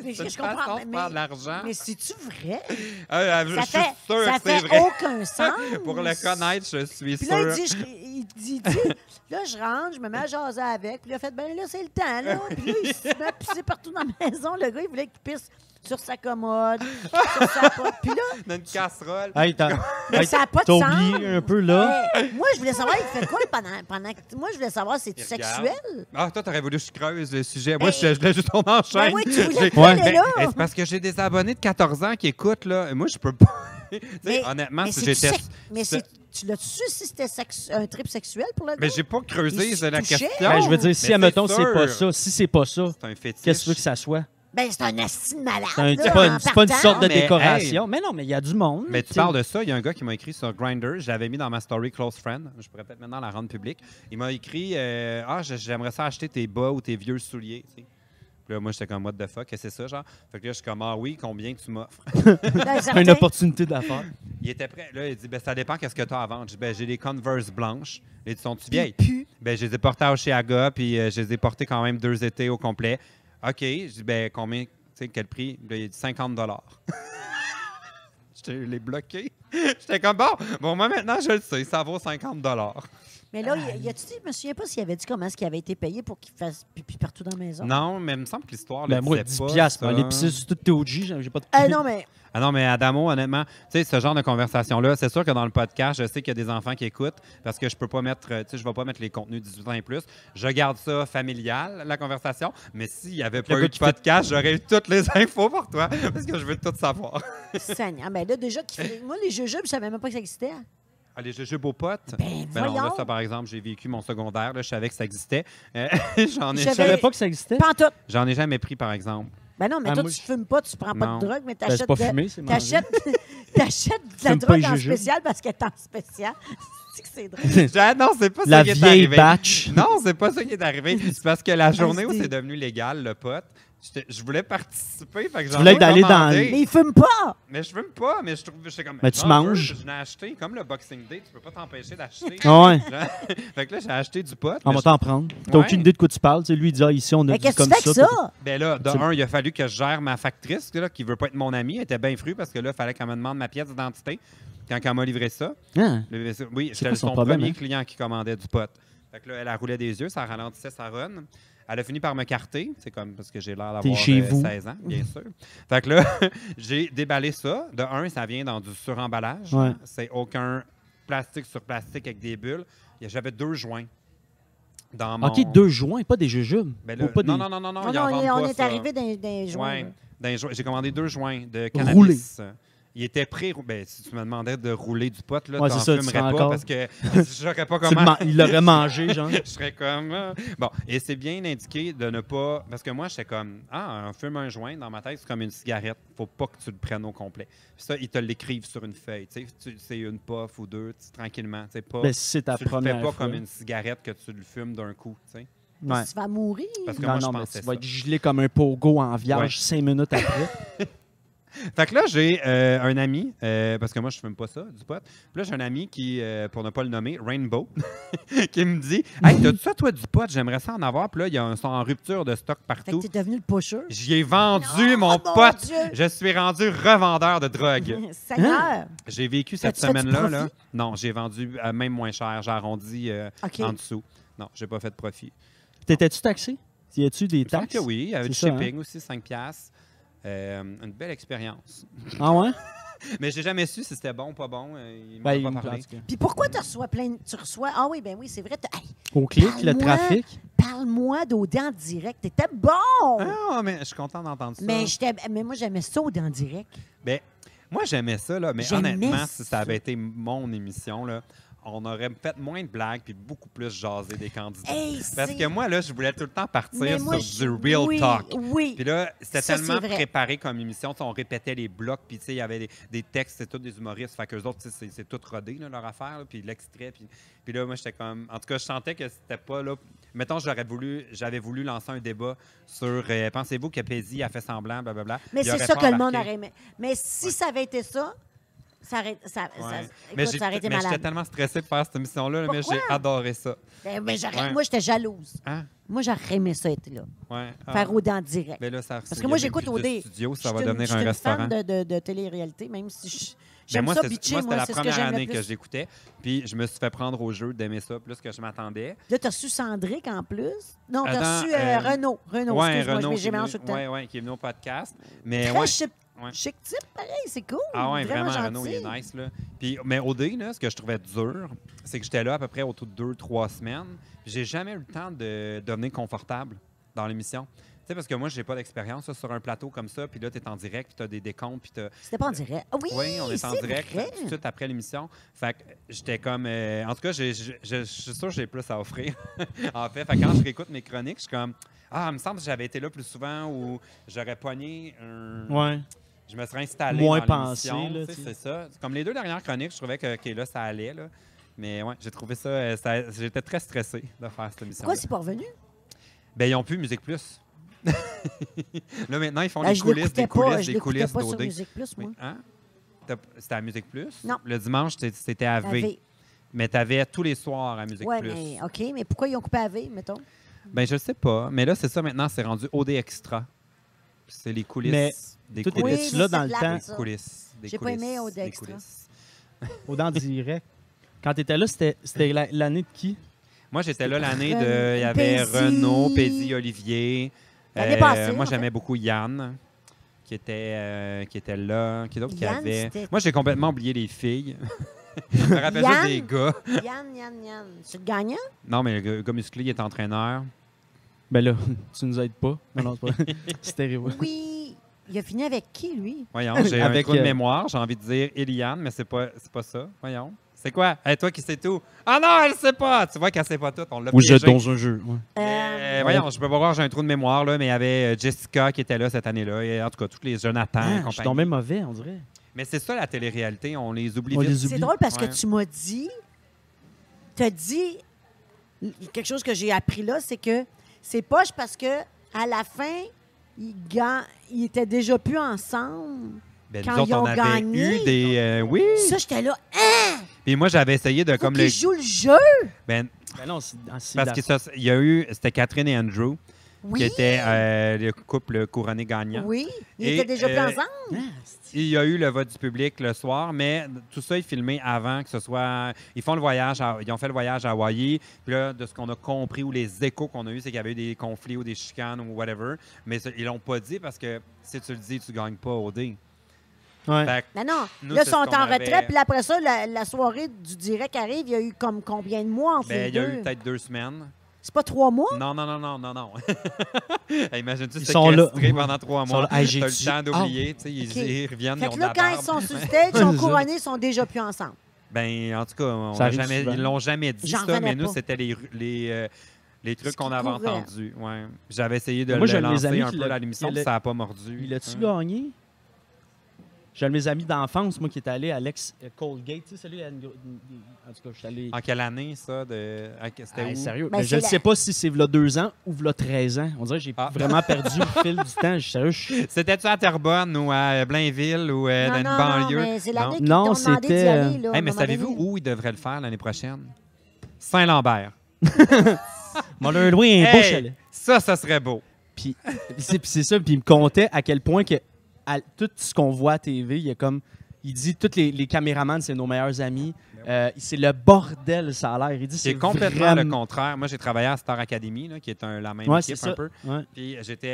Speaker 3: Mais
Speaker 2: C'est une
Speaker 3: je comprends.
Speaker 2: façon de faire de
Speaker 3: mais-
Speaker 2: l'argent.
Speaker 3: Mais c'est-tu vrai?
Speaker 2: Ah, ah, je
Speaker 3: Ça
Speaker 2: suis
Speaker 3: fait,
Speaker 2: sûr
Speaker 3: ça
Speaker 2: que c'est
Speaker 3: fait
Speaker 2: vrai.
Speaker 3: aucun sens.
Speaker 2: Pour le connaître, je suis
Speaker 3: Puis
Speaker 2: sûr.
Speaker 3: là, il dit, je, il dit, il dit, là, je rentre, je me mets à jaser avec. Puis là, fait, ben là, c'est le temps, là. Puis là, il se met à pisser partout dans la maison. Le gars, il voulait qu'il pisse sur sa commode, sur sa porte. Puis là,
Speaker 2: dans une casserole.
Speaker 1: Hey, t'as
Speaker 3: Mais
Speaker 1: hey,
Speaker 3: ça a pas de
Speaker 1: t'as
Speaker 3: sens.
Speaker 1: oublié un peu là.
Speaker 3: hey, moi, je voulais savoir, il fait quoi pendant, pendant que- Moi, je voulais savoir, c'est-tu
Speaker 2: Il regarde.
Speaker 3: sexuel?
Speaker 2: Ah, toi, t'aurais voulu que je creuse le sujet. Moi, je, je voulais juste qu'on enchaîne.
Speaker 3: Ben oui, tu voulais
Speaker 2: J'ai-
Speaker 3: pas,
Speaker 1: mais
Speaker 2: Ben,
Speaker 3: là.
Speaker 2: eh, C'est parce que j'ai des abonnés de 14 ans qui écoutent, là. Et Moi, je peux pas. Tu sais, honnêtement,
Speaker 3: mais
Speaker 2: si
Speaker 3: c'est-tu
Speaker 2: j'étais.
Speaker 3: sec- Mais
Speaker 2: c'est-
Speaker 3: c'est- tu l'as-tu su si c'était sex- un trip sexuel pour le gars?
Speaker 2: Mais j'ai pas creusé,
Speaker 3: Il
Speaker 2: c'est la
Speaker 3: touchait.
Speaker 2: question.
Speaker 1: Ben, je veux dire, si,
Speaker 2: Mais
Speaker 1: admettons, c'est
Speaker 2: sûr.
Speaker 1: pas ça, si c'est pas ça,
Speaker 2: C'est un fétiche.
Speaker 1: qu'est-ce que tu veux que ça soit?
Speaker 3: Ben, c'est un asti de malade.
Speaker 1: C'est un-
Speaker 3: là,
Speaker 1: c'est pas,
Speaker 3: en
Speaker 1: une- c'est pas une
Speaker 3: partant.
Speaker 1: sorte de
Speaker 2: Non, mais,
Speaker 1: décoration. Mais non, mais il y a du monde.
Speaker 2: Mais tu parles de ça, il y a un gars qui m'a écrit sur Grinder, je l'avais mis dans ma story Close Friend, je pourrais peut-être maintenant la rendre publique. Il m'a écrit euh, Ah, je- j'aimerais ça acheter tes bas ou tes vieux souliers. tu sais. Puis là, moi, j'étais comme What the fuck, qu'est-ce que c'est ça, genre Fait que là, je suis comme Ah oui, combien tu m'offres
Speaker 3: Ben,
Speaker 1: C'est une
Speaker 3: certain.
Speaker 1: opportunité d'affaires.
Speaker 2: Il était prêt. Là, il dit ben, Ça dépend, qu'est-ce que tu as à vendre Je dis, ben, J'ai des Converse blanches. Il dit Sont-tu vieilles ben, Je les ai portées à Oshiaga, puis euh, je les ai portées quand même deux étés au complet. OK. Je dis ben, Combien Tu sais, quel prix Là, Il a dit 50 Je les bloqué. J'étais comme Bon, bon, moi, maintenant, je le sais, ça vaut 50
Speaker 3: Mais là, il y a, tu dit, je me souviens pas s'il avait dit comment est-ce qu'il avait été payé pour qu'il fasse pipi partout dans la maison.
Speaker 2: Non, mais il me semble que l'histoire.
Speaker 1: Ben
Speaker 2: le
Speaker 1: moi, 10
Speaker 2: disait pas,
Speaker 1: piastres,
Speaker 2: ça.
Speaker 1: moi, l'épicerie, c'est tout TOG, j'ai j'ai pas de
Speaker 3: Ah non, mais
Speaker 2: Ah non, mais Adamo, honnêtement, tu sais, ce genre de conversation-là, c'est sûr que dans le podcast, je sais qu'il y a des enfants qui écoutent parce que je peux pas mettre, euh, tu sais, je vais pas mettre les contenus 18 ans et plus. Je garde ça familial, la conversation, mais s'il y avait pas
Speaker 1: gars
Speaker 2: eu de
Speaker 1: qui fait-
Speaker 2: podcast, j'aurais eu toutes les infos pour toi parce que je veux tout savoir.
Speaker 3: Seigneur, ben là, déjà, qu'il fait- moi, les jujubes, je savais même pas que ça existait.
Speaker 1: Hein?
Speaker 2: Ah, les jujubes aux potes.
Speaker 3: Ben,
Speaker 2: Ben non, là,
Speaker 3: voyons.
Speaker 2: ça, par exemple, j'ai vécu mon secondaire, là, je savais que ça existait. Euh, J'en ai,
Speaker 1: Je savais
Speaker 3: J'avais-
Speaker 1: pas que ça existait.
Speaker 3: Pas en tout.
Speaker 2: j'en ai jamais pris, par exemple.
Speaker 3: Ben non, mais
Speaker 1: Ah,
Speaker 3: toi,
Speaker 1: moi,
Speaker 3: tu fumes pas, tu prends pas
Speaker 2: Non.
Speaker 3: de drogue, mais
Speaker 1: Ben, c'est
Speaker 3: t'achètes
Speaker 1: pas
Speaker 3: de-
Speaker 1: fumé, c'est manger.
Speaker 3: T'achètes t'achètes de la
Speaker 1: Fume pas les
Speaker 3: drogue en
Speaker 1: jujubes.
Speaker 3: spécial parce qu'elle est en spécial. C'est que c'est drôle.
Speaker 2: Ah, non, c'est pas
Speaker 1: La
Speaker 2: ça qui est
Speaker 1: vieille
Speaker 2: arrivé.
Speaker 1: batch.
Speaker 2: Non, c'est pas ça qui est arrivé. C'est parce que la journée où
Speaker 3: c'est-
Speaker 2: c'est devenu légal, le pote, j'étais- je voulais participer. Fait que j'en
Speaker 1: voulais
Speaker 2: ai
Speaker 1: d'aller dans
Speaker 2: commandé.
Speaker 1: le-
Speaker 3: Mais ils fument pas!
Speaker 2: Mais je fume pas, mais je trouve. j'étais comme,
Speaker 1: Mais tu
Speaker 2: j'en veux,
Speaker 1: manges.
Speaker 2: Je l'ai acheté, comme le Boxing Day, tu peux pas t'empêcher d'acheter.
Speaker 1: Ah ouais. Ah,
Speaker 2: Là, fait que là, j'ai acheté du pot.
Speaker 1: On
Speaker 2: mais
Speaker 1: va
Speaker 2: je-
Speaker 1: t'en prendre. T'as
Speaker 2: Ouais.
Speaker 1: aucune idée de quoi tu parles. Tu sais, lui, il dit ah, ici, on a
Speaker 3: Mais
Speaker 1: du
Speaker 3: qu'est-ce que
Speaker 1: comme
Speaker 3: tu fais que
Speaker 1: ça.
Speaker 3: ça?
Speaker 2: Ben là, de
Speaker 1: Tu-
Speaker 2: un, il a fallu que je gère ma factrice, là, qui veut pas être mon amie. Elle était bien frue parce que là, il fallait qu'elle me demande ma pièce d'identité quand elle m'a livré ça.
Speaker 1: Hein?
Speaker 2: Le- oui,
Speaker 1: C'est
Speaker 2: c'était
Speaker 1: quoi son
Speaker 2: son,
Speaker 1: problème,
Speaker 2: premier
Speaker 1: hein?
Speaker 2: client qui commandait du pot. Fait que là, elle a roulé des yeux, ça ralentissait sa run. Elle a fini par me carter, c'est comme parce que j'ai l'air
Speaker 1: T'es
Speaker 2: d'avoir
Speaker 1: chez
Speaker 2: euh,
Speaker 1: vous.
Speaker 2: 16 ans, bien sûr. Fait que là, j'ai déballé ça. De un, ça vient dans du suremballage.
Speaker 1: Ouais.
Speaker 2: C'est aucun plastique sur plastique avec des bulles. Et J'avais deux joints dans mon.
Speaker 1: OK, deux joints, pas des jujubes.
Speaker 2: Ben là,
Speaker 1: Ou pas
Speaker 2: non,
Speaker 1: des-
Speaker 2: non, non, non, non,
Speaker 3: Non,
Speaker 2: ils en
Speaker 3: Oh non,
Speaker 2: vendent
Speaker 3: on
Speaker 2: pas,
Speaker 3: est
Speaker 2: ça.
Speaker 3: arrivé dans des
Speaker 2: Ouais,
Speaker 3: joints.
Speaker 2: dans les joints. J'ai commandé deux joints
Speaker 1: Roulé.
Speaker 2: de cannabis. Il était pré ben, si tu me demandais de rouler du pot, là,
Speaker 1: Ouais,
Speaker 2: t'en
Speaker 1: c'est ça, tu
Speaker 2: fumerais
Speaker 1: serais
Speaker 2: pas
Speaker 1: encore.
Speaker 2: parce que j'aurais pas
Speaker 1: Tu le
Speaker 2: comment.
Speaker 1: man- Il l'aurait mangé, genre.
Speaker 2: je serais comme. euh, Bon, et c'est bien indiqué de ne pas. Parce que moi, j'étais comme. Ah, on fume un joint. Dans ma tête, c'est comme une cigarette. Faut pas que tu le prennes au complet. Puis ça, ils te l'écrivent sur une feuille. Tu sais, Tu- c'est une puff ou deux, tu- tranquillement. Tu sais, pas.
Speaker 1: Ben, c'est ta
Speaker 2: tu le fais
Speaker 1: première
Speaker 2: pas
Speaker 1: fois.
Speaker 2: comme une cigarette que tu le fumes d'un coup. tu sais.
Speaker 1: Ouais.
Speaker 3: Tu vas mourir.
Speaker 2: Parce que
Speaker 1: Non,
Speaker 2: moi,
Speaker 1: non,
Speaker 2: je
Speaker 1: mais
Speaker 2: pensais
Speaker 1: tu vas
Speaker 2: ça.
Speaker 1: être gelé comme un pogo en vierge cinq minutes après.
Speaker 2: Fait que là, j'ai euh, un ami, euh, parce que moi, je fume pas ça, du pot. Puis là, j'ai un ami qui, euh, pour ne pas le nommer, Rainbow, qui me dit Hey, t'as-tu ça, toi, du pot J'aimerais ça en avoir. Puis là, ils en sont en rupture de stock
Speaker 3: Fait que
Speaker 2: partout.
Speaker 3: t'es devenu le pusher.
Speaker 2: J'y ai vendu,
Speaker 3: Non,
Speaker 2: mon
Speaker 3: oh mon
Speaker 2: pote.
Speaker 3: Dieu!
Speaker 2: Je suis rendu revendeur de drogue.
Speaker 1: Hein?
Speaker 3: Seigneur!
Speaker 2: j'ai vécu cette
Speaker 3: T'as-tu fait du
Speaker 2: semaine-là.
Speaker 3: profit?
Speaker 2: là. Non, j'ai vendu euh, même moins cher. J'ai arrondi euh,
Speaker 3: OK.
Speaker 2: en dessous. Non, j'ai pas fait de profit.
Speaker 1: T'étais-tu taxé? Y a-tu des
Speaker 2: Il me semble
Speaker 1: taxes?
Speaker 2: que oui, avec du
Speaker 1: C'est ça, hein?
Speaker 2: shipping aussi, 5 piastres. Euh, une belle expérience.
Speaker 1: Ah ouais?
Speaker 2: Mais j'ai jamais su si c'était bon ou pas bon. euh, Ils m'ont
Speaker 1: Ben, il
Speaker 2: pas
Speaker 1: me
Speaker 2: parlé.
Speaker 1: plaît, en tout
Speaker 3: Puis pourquoi tu reçois plein de- Tu reçois. Ah oui, ben oui, c'est vrai. t'as- hey,
Speaker 1: cas. Au clic, le
Speaker 3: Parle-moi.
Speaker 1: trafic.
Speaker 3: Parle-moi d'Odé en direct. T'étais bon!
Speaker 2: Ah, mais je suis content d'entendre ça.
Speaker 3: mais, j'étais- mais moi, j'aimais ça, Odé en direct.
Speaker 2: Ben, moi, j'aimais ça, là, mais
Speaker 3: J'aimais
Speaker 2: honnêtement, si
Speaker 3: ça.
Speaker 2: ça avait été mon émission, là, on aurait fait moins de blagues puis beaucoup plus jaser des candidats.
Speaker 3: Hey,
Speaker 2: Parce
Speaker 3: c'est-
Speaker 2: que moi, là, je voulais tout le temps
Speaker 3: Mais
Speaker 2: partir
Speaker 3: moi,
Speaker 2: sur
Speaker 3: je-
Speaker 2: du real
Speaker 3: oui,
Speaker 2: talk.
Speaker 3: Oui.
Speaker 2: Puis là, c'était
Speaker 3: Ça, c'est
Speaker 2: tellement
Speaker 3: vrai.
Speaker 2: préparé comme émission. tu sais, On répétait les blocs, puis tu sais, il y avait des, des textes, c'est tous des humoristes. Fait qu'eux autres, tu sais, c'est c'est tout rodé, là, leur affaire, là, puis l'extrait. Puis, puis là, moi, j'étais comme. En tout cas, je sentais que c'était pas là. Mettons, j'aurais voulu, j'avais voulu lancer un débat sur euh, pensez-vous que Pézi a fait semblant, blablabla.
Speaker 3: Mais
Speaker 2: Il
Speaker 3: c'est
Speaker 2: aurait
Speaker 3: ça
Speaker 2: pas
Speaker 3: que le monde
Speaker 2: embarqué.
Speaker 3: aurait aimé. Mais si ça avait été ça, ça aurait, ça, ça,
Speaker 2: Ouais.
Speaker 3: écoute,
Speaker 2: mais j'ai-
Speaker 3: ça aurait été
Speaker 2: mais j'étais
Speaker 3: malade.
Speaker 2: tellement stressé de faire cette émission-là, là, mais
Speaker 3: Pourquoi?
Speaker 2: j'ai adoré ça.
Speaker 3: Ben, mais j'aurais-
Speaker 2: Ouais.
Speaker 3: Moi, j'étais jalouse.
Speaker 2: Hein?
Speaker 3: Moi, j'aurais aimé ça être là.
Speaker 2: Ouais. Ah.
Speaker 3: Faire Odé en direct.
Speaker 2: Mais là, ça,
Speaker 3: Parce
Speaker 2: il y
Speaker 3: que
Speaker 2: a
Speaker 3: moi,
Speaker 2: même
Speaker 3: j'écoute
Speaker 2: plus de
Speaker 3: Odé.
Speaker 2: studio,
Speaker 3: Je
Speaker 2: ça va
Speaker 3: suis une-
Speaker 2: devenir
Speaker 3: je
Speaker 2: un
Speaker 3: suis une
Speaker 2: restaurant.
Speaker 3: fan de, de, de télé-réalité, même si je-
Speaker 2: Mais
Speaker 3: j'aime
Speaker 2: Ben, moi,
Speaker 3: ça
Speaker 2: c'est-
Speaker 3: bitcher.
Speaker 2: moi, c'était
Speaker 3: Moi,
Speaker 2: la
Speaker 3: c'est ce que
Speaker 2: première
Speaker 3: j'aime le
Speaker 2: année que je
Speaker 3: plus.
Speaker 2: l'écoutais. Puis je me suis fait prendre au jeu d'aimer ça plus que je m'attendais.
Speaker 3: Là, t'as reçu Sandrick en plus. Non, t'as
Speaker 2: Attends,
Speaker 3: reçu euh,
Speaker 2: euh,
Speaker 3: Renaud. Renaud,
Speaker 2: ouais,
Speaker 3: excuse-moi, je
Speaker 2: Renaud
Speaker 3: mets-
Speaker 2: qui est
Speaker 3: j'ai mélangé
Speaker 2: venu-
Speaker 3: tout le temps.
Speaker 2: ouais, ouais, qui est venu au podcast. Mais
Speaker 3: Très
Speaker 2: ouais.
Speaker 3: chic,
Speaker 2: ouais.
Speaker 3: chic type, pareil, c'est cool.
Speaker 2: Ah ouais, vraiment,
Speaker 3: vraiment, gentil.
Speaker 2: Renaud, il est nice. Là. Puis, mais au dé, là, ce que je trouvais dur, c'est que j'étais là à peu près autour de deux, trois semaines. J'ai jamais eu le temps de devenir confortable dans l'émission. Tu sais, parce que moi, j'ai pas d'expérience là, sur un plateau comme ça. Puis là, tu es en direct, puis tu as des décomptes, puis t'as-
Speaker 3: C'était pas en direct. Ah oui,
Speaker 2: Oui, on est en
Speaker 3: c'est
Speaker 2: direct
Speaker 3: vrai.
Speaker 2: tout de suite après l'émission. Fait que j'étais comme. euh, en tout cas, j'ai- j'ai- je je suis sûr que j'ai plus à offrir. en fait, Fait que quand je réécoute mes chroniques, je suis comme. Ah, il me semble que j'avais été là plus souvent ou j'aurais pogné un.
Speaker 1: Ouais.
Speaker 2: Je me serais installé.
Speaker 1: Moins
Speaker 2: dans l'émission,
Speaker 1: pensé, là,
Speaker 2: tu sais,
Speaker 1: tu sais.
Speaker 2: C'est ça. Comme les deux dernières chroniques, je trouvais que OK, là, ça allait. Là. Mais ouais, j'ai trouvé ça. euh, ça- J'étais très stressé de faire cette émission.
Speaker 3: Pourquoi c'est pas revenu?
Speaker 2: Ben, ils ont pu Musique Plus. là, maintenant, ils font
Speaker 3: Ah,
Speaker 2: les
Speaker 3: je
Speaker 2: coulisses,
Speaker 3: l'écoutais
Speaker 2: des
Speaker 3: pas,
Speaker 2: coulisses,
Speaker 3: je
Speaker 2: des
Speaker 3: l'écoutais
Speaker 2: coulisses
Speaker 3: pas sur
Speaker 2: d'OD.
Speaker 3: Musique Plus,
Speaker 2: Mais,
Speaker 3: moi.
Speaker 2: hein? T'as- C'était à Musique Plus?
Speaker 3: Non.
Speaker 2: Le dimanche, t'é- c'était à V.
Speaker 3: AV.
Speaker 2: Mais t'avais tous les soirs à Musique
Speaker 3: Ouais,
Speaker 2: Plus.
Speaker 3: mais oh. OK, mais pourquoi ils ont coupé AV, mettons?
Speaker 2: Ben, je sais pas. Mais là, c'est ça maintenant, c'est rendu OD Extra. C'est les coulisses.
Speaker 1: Mais
Speaker 2: des
Speaker 1: tout
Speaker 2: coulisses.
Speaker 1: était-tu là hein?
Speaker 3: mais
Speaker 1: dans
Speaker 3: c'est
Speaker 1: le
Speaker 3: plate,
Speaker 1: temps?
Speaker 2: Des coulisses. des
Speaker 3: J'ai pas aimé
Speaker 2: coulisses,
Speaker 3: OD
Speaker 2: des
Speaker 3: Extra.
Speaker 2: coulisses.
Speaker 1: Au dents direct. Quand tu étais là, c'était c'était la- l'année de qui?
Speaker 2: Moi, j'étais là l'année
Speaker 3: Ren-
Speaker 2: de. Il y avait
Speaker 3: Paisy.
Speaker 2: Renaud, Pézy, Olivier. Euh,
Speaker 3: L'année passée,
Speaker 2: Moi,
Speaker 3: en fait.
Speaker 2: j'aimais beaucoup Yann, qui était, euh, qui était là. Qui d'autre qui
Speaker 3: Yann,
Speaker 2: avait.
Speaker 3: c'était-
Speaker 2: Moi, j'ai complètement oublié les filles. je me rappelle juste des
Speaker 3: Yann?
Speaker 2: gars.
Speaker 3: Yann, Yann, Yann. C'est le gagnant?
Speaker 2: Non, mais le gars- le gars musclé, il est entraîneur.
Speaker 1: Ben là, tu nous aides pas. Non, non, c'est pas. Stéréo.
Speaker 3: Oui. Il a fini avec qui, lui?
Speaker 2: Voyons, j'ai un
Speaker 1: Avec,
Speaker 2: trou de
Speaker 1: euh,
Speaker 2: mémoire. J'ai envie de dire Eliane, mais c'est pas, c'est pas ça. Voyons. C'est quoi? Hey, toi qui sais tout. Ah non, elle sait pas! Tu vois qu'elle sait pas tout. On l'a piégé.
Speaker 1: un jeu. ouais.
Speaker 2: Euh, voyons, je peux pas voir, j'ai un trou de mémoire, là, mais il y avait euh, Jessica qui était là cette année-là. et En tout cas, toutes les Jonathan. et
Speaker 1: Ah, je suis
Speaker 2: compagnie.
Speaker 1: tombé mauvais, on dirait.
Speaker 2: Mais c'est ça la télé-réalité, on les oublie
Speaker 1: On
Speaker 2: vite.
Speaker 1: les
Speaker 3: C'est
Speaker 1: oublie.
Speaker 3: drôle parce
Speaker 2: Ouais.
Speaker 3: que tu m'as dit, tu as dit quelque chose que j'ai appris là, c'est que c'est poche parce que à la fin, ils, ga- ils étaient déjà plus ensemble.
Speaker 2: Ben,
Speaker 3: Quand
Speaker 2: nous autres,
Speaker 3: ils ont
Speaker 2: on avait
Speaker 3: gagné.
Speaker 2: eu des. euh, oui!
Speaker 3: Ça, j'étais là, hein,
Speaker 2: Puis moi, j'avais essayé de.
Speaker 3: faut
Speaker 2: comme
Speaker 3: qu'ils
Speaker 2: le,
Speaker 3: jouent le jeu.
Speaker 2: ben,
Speaker 1: Ben non, c'est ah, c'est
Speaker 2: Parce
Speaker 1: la-
Speaker 2: qu'il se- il y a eu. C'était Catherine et Andrew,
Speaker 3: Oui,
Speaker 2: qui étaient euh, le couple couronné gagnant.
Speaker 3: oui, ils
Speaker 2: Et,
Speaker 3: étaient déjà
Speaker 2: euh,
Speaker 3: plus ensemble.
Speaker 1: Ah, c'est-
Speaker 2: Il y a eu le vote du public le soir, mais tout ça est filmé avant que ce soit. Ils font le voyage, à- ils ont fait le voyage à Hawaï. Puis là, de ce qu'on a compris ou les échos qu'on a eus, c'est qu'il y avait eu des conflits ou des chicanes ou whatever. Mais ça, ils l'ont pas dit parce que si tu le dis, tu gagnes pas au dé.
Speaker 1: Ouais.
Speaker 2: Fait que
Speaker 3: Non, non,
Speaker 2: Nous,
Speaker 3: là, ils
Speaker 2: c'est
Speaker 3: sont
Speaker 2: ce qu'on
Speaker 3: en
Speaker 2: avait-
Speaker 3: retrait. Puis là, après ça, la, la soirée du direct arrive, il y a eu comme combien de mois entre
Speaker 2: ben,
Speaker 3: les
Speaker 2: il y a
Speaker 3: deux?
Speaker 2: eu peut-être deux semaines.
Speaker 3: C'est pas trois mois?
Speaker 2: Non, non, non, non, non, non. Imagine-tu
Speaker 1: Ils
Speaker 2: séquestré
Speaker 1: sont là.
Speaker 2: pendant trois
Speaker 1: Ils sont
Speaker 2: mois.
Speaker 1: là. Hey,
Speaker 2: T'as
Speaker 1: j'ai-tu-
Speaker 2: le temps d'oublier. tu sais, Ils,
Speaker 3: OK.
Speaker 2: ils reviennent,
Speaker 3: Fait
Speaker 2: ils ont
Speaker 3: que
Speaker 2: de
Speaker 3: là,
Speaker 2: la
Speaker 3: quand
Speaker 2: barbe.
Speaker 3: ils sont sur stage, ils sont
Speaker 1: C'est ça.
Speaker 3: couronnés, ils sont déjà plus ensemble.
Speaker 2: Ben, en tout cas, on
Speaker 1: Ça
Speaker 2: l'a
Speaker 1: arrive
Speaker 2: jamais,
Speaker 1: souvent.
Speaker 2: ils l'ont jamais dit,
Speaker 3: J'en
Speaker 2: ça, mais
Speaker 3: revenais
Speaker 2: nous,
Speaker 3: pas.
Speaker 2: c'était les, ru- les, euh, les trucs
Speaker 3: Ce
Speaker 2: qu'on
Speaker 3: qui
Speaker 2: avait
Speaker 3: courait.
Speaker 2: entendus. Ouais. J'avais essayé de
Speaker 1: Moi, j'ai
Speaker 2: le
Speaker 1: un de mes
Speaker 2: lancer
Speaker 1: amis
Speaker 2: un
Speaker 1: qui
Speaker 2: peu
Speaker 1: l'a-
Speaker 2: à l'émission,
Speaker 1: il
Speaker 2: puis
Speaker 1: l'a-
Speaker 2: ça n'a pas mordu.
Speaker 1: Il a-tu
Speaker 2: Hein?
Speaker 1: gagné? J'ai un de mes amis d'enfance, moi, qui est allé à Alex euh, Colgate. Tu sais, celui à une gro- une- une- En tout cas, je suis allé.
Speaker 2: En quelle année, ça? De... à- Ah, C'était
Speaker 1: Ah,
Speaker 2: où?
Speaker 1: sérieux.
Speaker 3: Ben,
Speaker 1: mais
Speaker 3: c'est
Speaker 1: je ne
Speaker 3: la-
Speaker 1: sais pas si c'est v'là deux ans ou v'là 13 ans. On dirait que j'ai
Speaker 2: Ah.
Speaker 1: vraiment perdu le fil du temps. Je suis sérieux, je suis-
Speaker 2: C'était-tu à Terrebonne ou à Blainville ou euh, dans
Speaker 3: non,
Speaker 2: une
Speaker 3: non,
Speaker 2: banlieue?
Speaker 3: Non, mais c'est
Speaker 2: Non.
Speaker 3: l'année qu'ils
Speaker 1: Non,
Speaker 3: t'ont demandé d'y
Speaker 1: c'était, euh,
Speaker 3: aller. Là, à
Speaker 2: Hey,
Speaker 3: un
Speaker 2: mais
Speaker 3: moment
Speaker 2: savez-vous
Speaker 3: donné.
Speaker 2: où ils devraient le faire l'année prochaine? Saint-Lambert.
Speaker 1: Mon leur loué un beau
Speaker 2: Hey,
Speaker 1: chalet.
Speaker 2: ça, ça serait beau.
Speaker 1: Puis puis c'est puis c'est ça. Puis il me contait à quel point que à- tout ce qu'on voit à TV, il y a comme. Il dit tous les, les caméramans, c'est nos meilleurs amis. Euh, c'est le bordel, ça a l'air. Il dit c'est
Speaker 2: C'est complètement le
Speaker 1: vraiment-
Speaker 2: contraire. Moi, j'ai travaillé à Star Academy, là, qui est un- la même
Speaker 1: Ouais, c'est
Speaker 2: équipe un
Speaker 1: ça.
Speaker 2: peu.
Speaker 1: Ouais.
Speaker 2: Puis j'étais,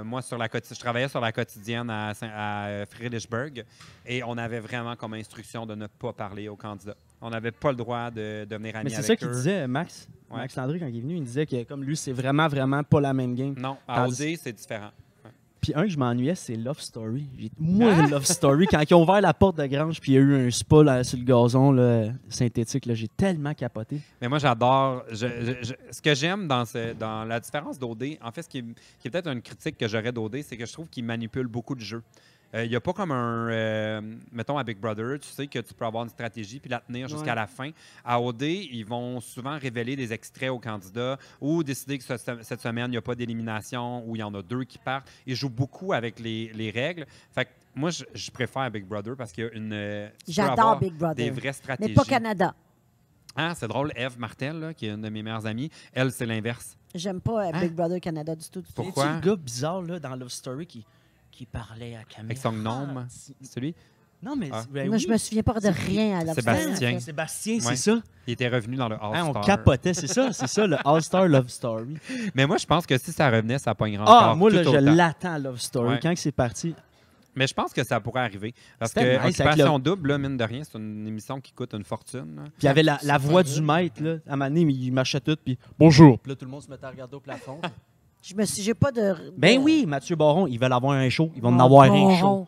Speaker 2: euh, moi, sur la quotidi- je travaillais sur la quotidienne à, Saint- à euh, Friedrichsburg et on avait vraiment comme instruction de ne pas parler aux candidats. On n'avait pas le droit de devenir
Speaker 1: Mais
Speaker 2: amis
Speaker 1: c'est
Speaker 2: avec
Speaker 1: ça qu'il
Speaker 2: eux.
Speaker 1: disait, Max.
Speaker 2: Ouais.
Speaker 1: Max Landry, quand il est venu, il disait que comme lui, c'est vraiment, vraiment pas la même game.
Speaker 2: Non, à
Speaker 1: Tandis-
Speaker 2: OD, c'est différent.
Speaker 1: Puis un que je m'ennuyais, c'est Love Story. J'ai moi
Speaker 2: Ah!
Speaker 1: Love Story. Quand ils ont ouvert la porte de Grange, puis il y a eu un spa là, sur le gazon là, synthétique, là, j'ai tellement capoté.
Speaker 2: Mais moi, j'adore. je- je- je- ce que j'aime dans, ce- dans la différence d'OD, en fait, ce qui est, qui est peut-être une critique que j'aurais d'OD, c'est que je trouve qu'il manipule beaucoup de jeux. Euh, Il n'y a pas comme un. euh, mettons, à Big Brother, tu sais que tu peux avoir une stratégie puis la tenir jusqu'à
Speaker 1: Ouais.
Speaker 2: la fin. À OD, ils vont souvent révéler des extraits aux candidats ou décider que ce- cette semaine, il n'y a pas d'élimination ou il y en a deux qui partent. Ils jouent beaucoup avec les, les règles. Fait que moi, je, je préfère Big Brother parce qu'il y a une. euh, tu peux avoir
Speaker 3: J'adore Big
Speaker 2: Des
Speaker 3: Brother.
Speaker 2: vraies stratégies.
Speaker 3: Mais pas Canada.
Speaker 2: Ah, c'est drôle, Eve Martel, là, qui est une de mes meilleures amies, elle, c'est l'inverse.
Speaker 3: J'aime pas euh,
Speaker 2: Hein?
Speaker 3: Big
Speaker 1: Ah.
Speaker 3: Brother Canada du tout. du tout.
Speaker 2: Pourquoi?
Speaker 1: C'est le gars bizarre là, dans Love Story qui, qui parlait à Camille. Ah,
Speaker 2: Avec son gnome. Celui,
Speaker 1: Non, mais
Speaker 2: Ah.
Speaker 1: ben
Speaker 3: Moi,
Speaker 1: oui.
Speaker 3: je me souviens pas de rien à la
Speaker 2: Sébastien.
Speaker 1: Ah, Sébastien,
Speaker 2: Ouais.
Speaker 1: c'est ça.
Speaker 2: il était revenu dans le All-Star.
Speaker 1: Hein, on capotait, c'est ça, c'est ça, le All-Star Love Story.
Speaker 2: Mais moi, je pense que si ça revenait, ça pognerait encore
Speaker 1: Ah, moi,
Speaker 2: tout
Speaker 1: là, je
Speaker 2: autant.
Speaker 1: l'attends, Love Story.
Speaker 2: Ouais.
Speaker 1: Quand que c'est parti,
Speaker 2: Mais je pense que ça pourrait arriver. Parce
Speaker 1: C'était
Speaker 2: que
Speaker 1: nice avec
Speaker 2: Occupation Double, là, mine de rien, c'est une émission qui coûte une fortune. là.
Speaker 1: Puis il y avait la, la voix du maître, là. À un moment donné, il marchait tout, puis bonjour. Puis là, tout le monde se mettait à regarder au plafond.
Speaker 3: Je me suis, j'ai pas de.
Speaker 1: ben
Speaker 3: de-
Speaker 1: oui, Mathieu Baron, ils veulent avoir un show. Ils vont en
Speaker 3: Mon
Speaker 1: avoir un show.
Speaker 3: Baron.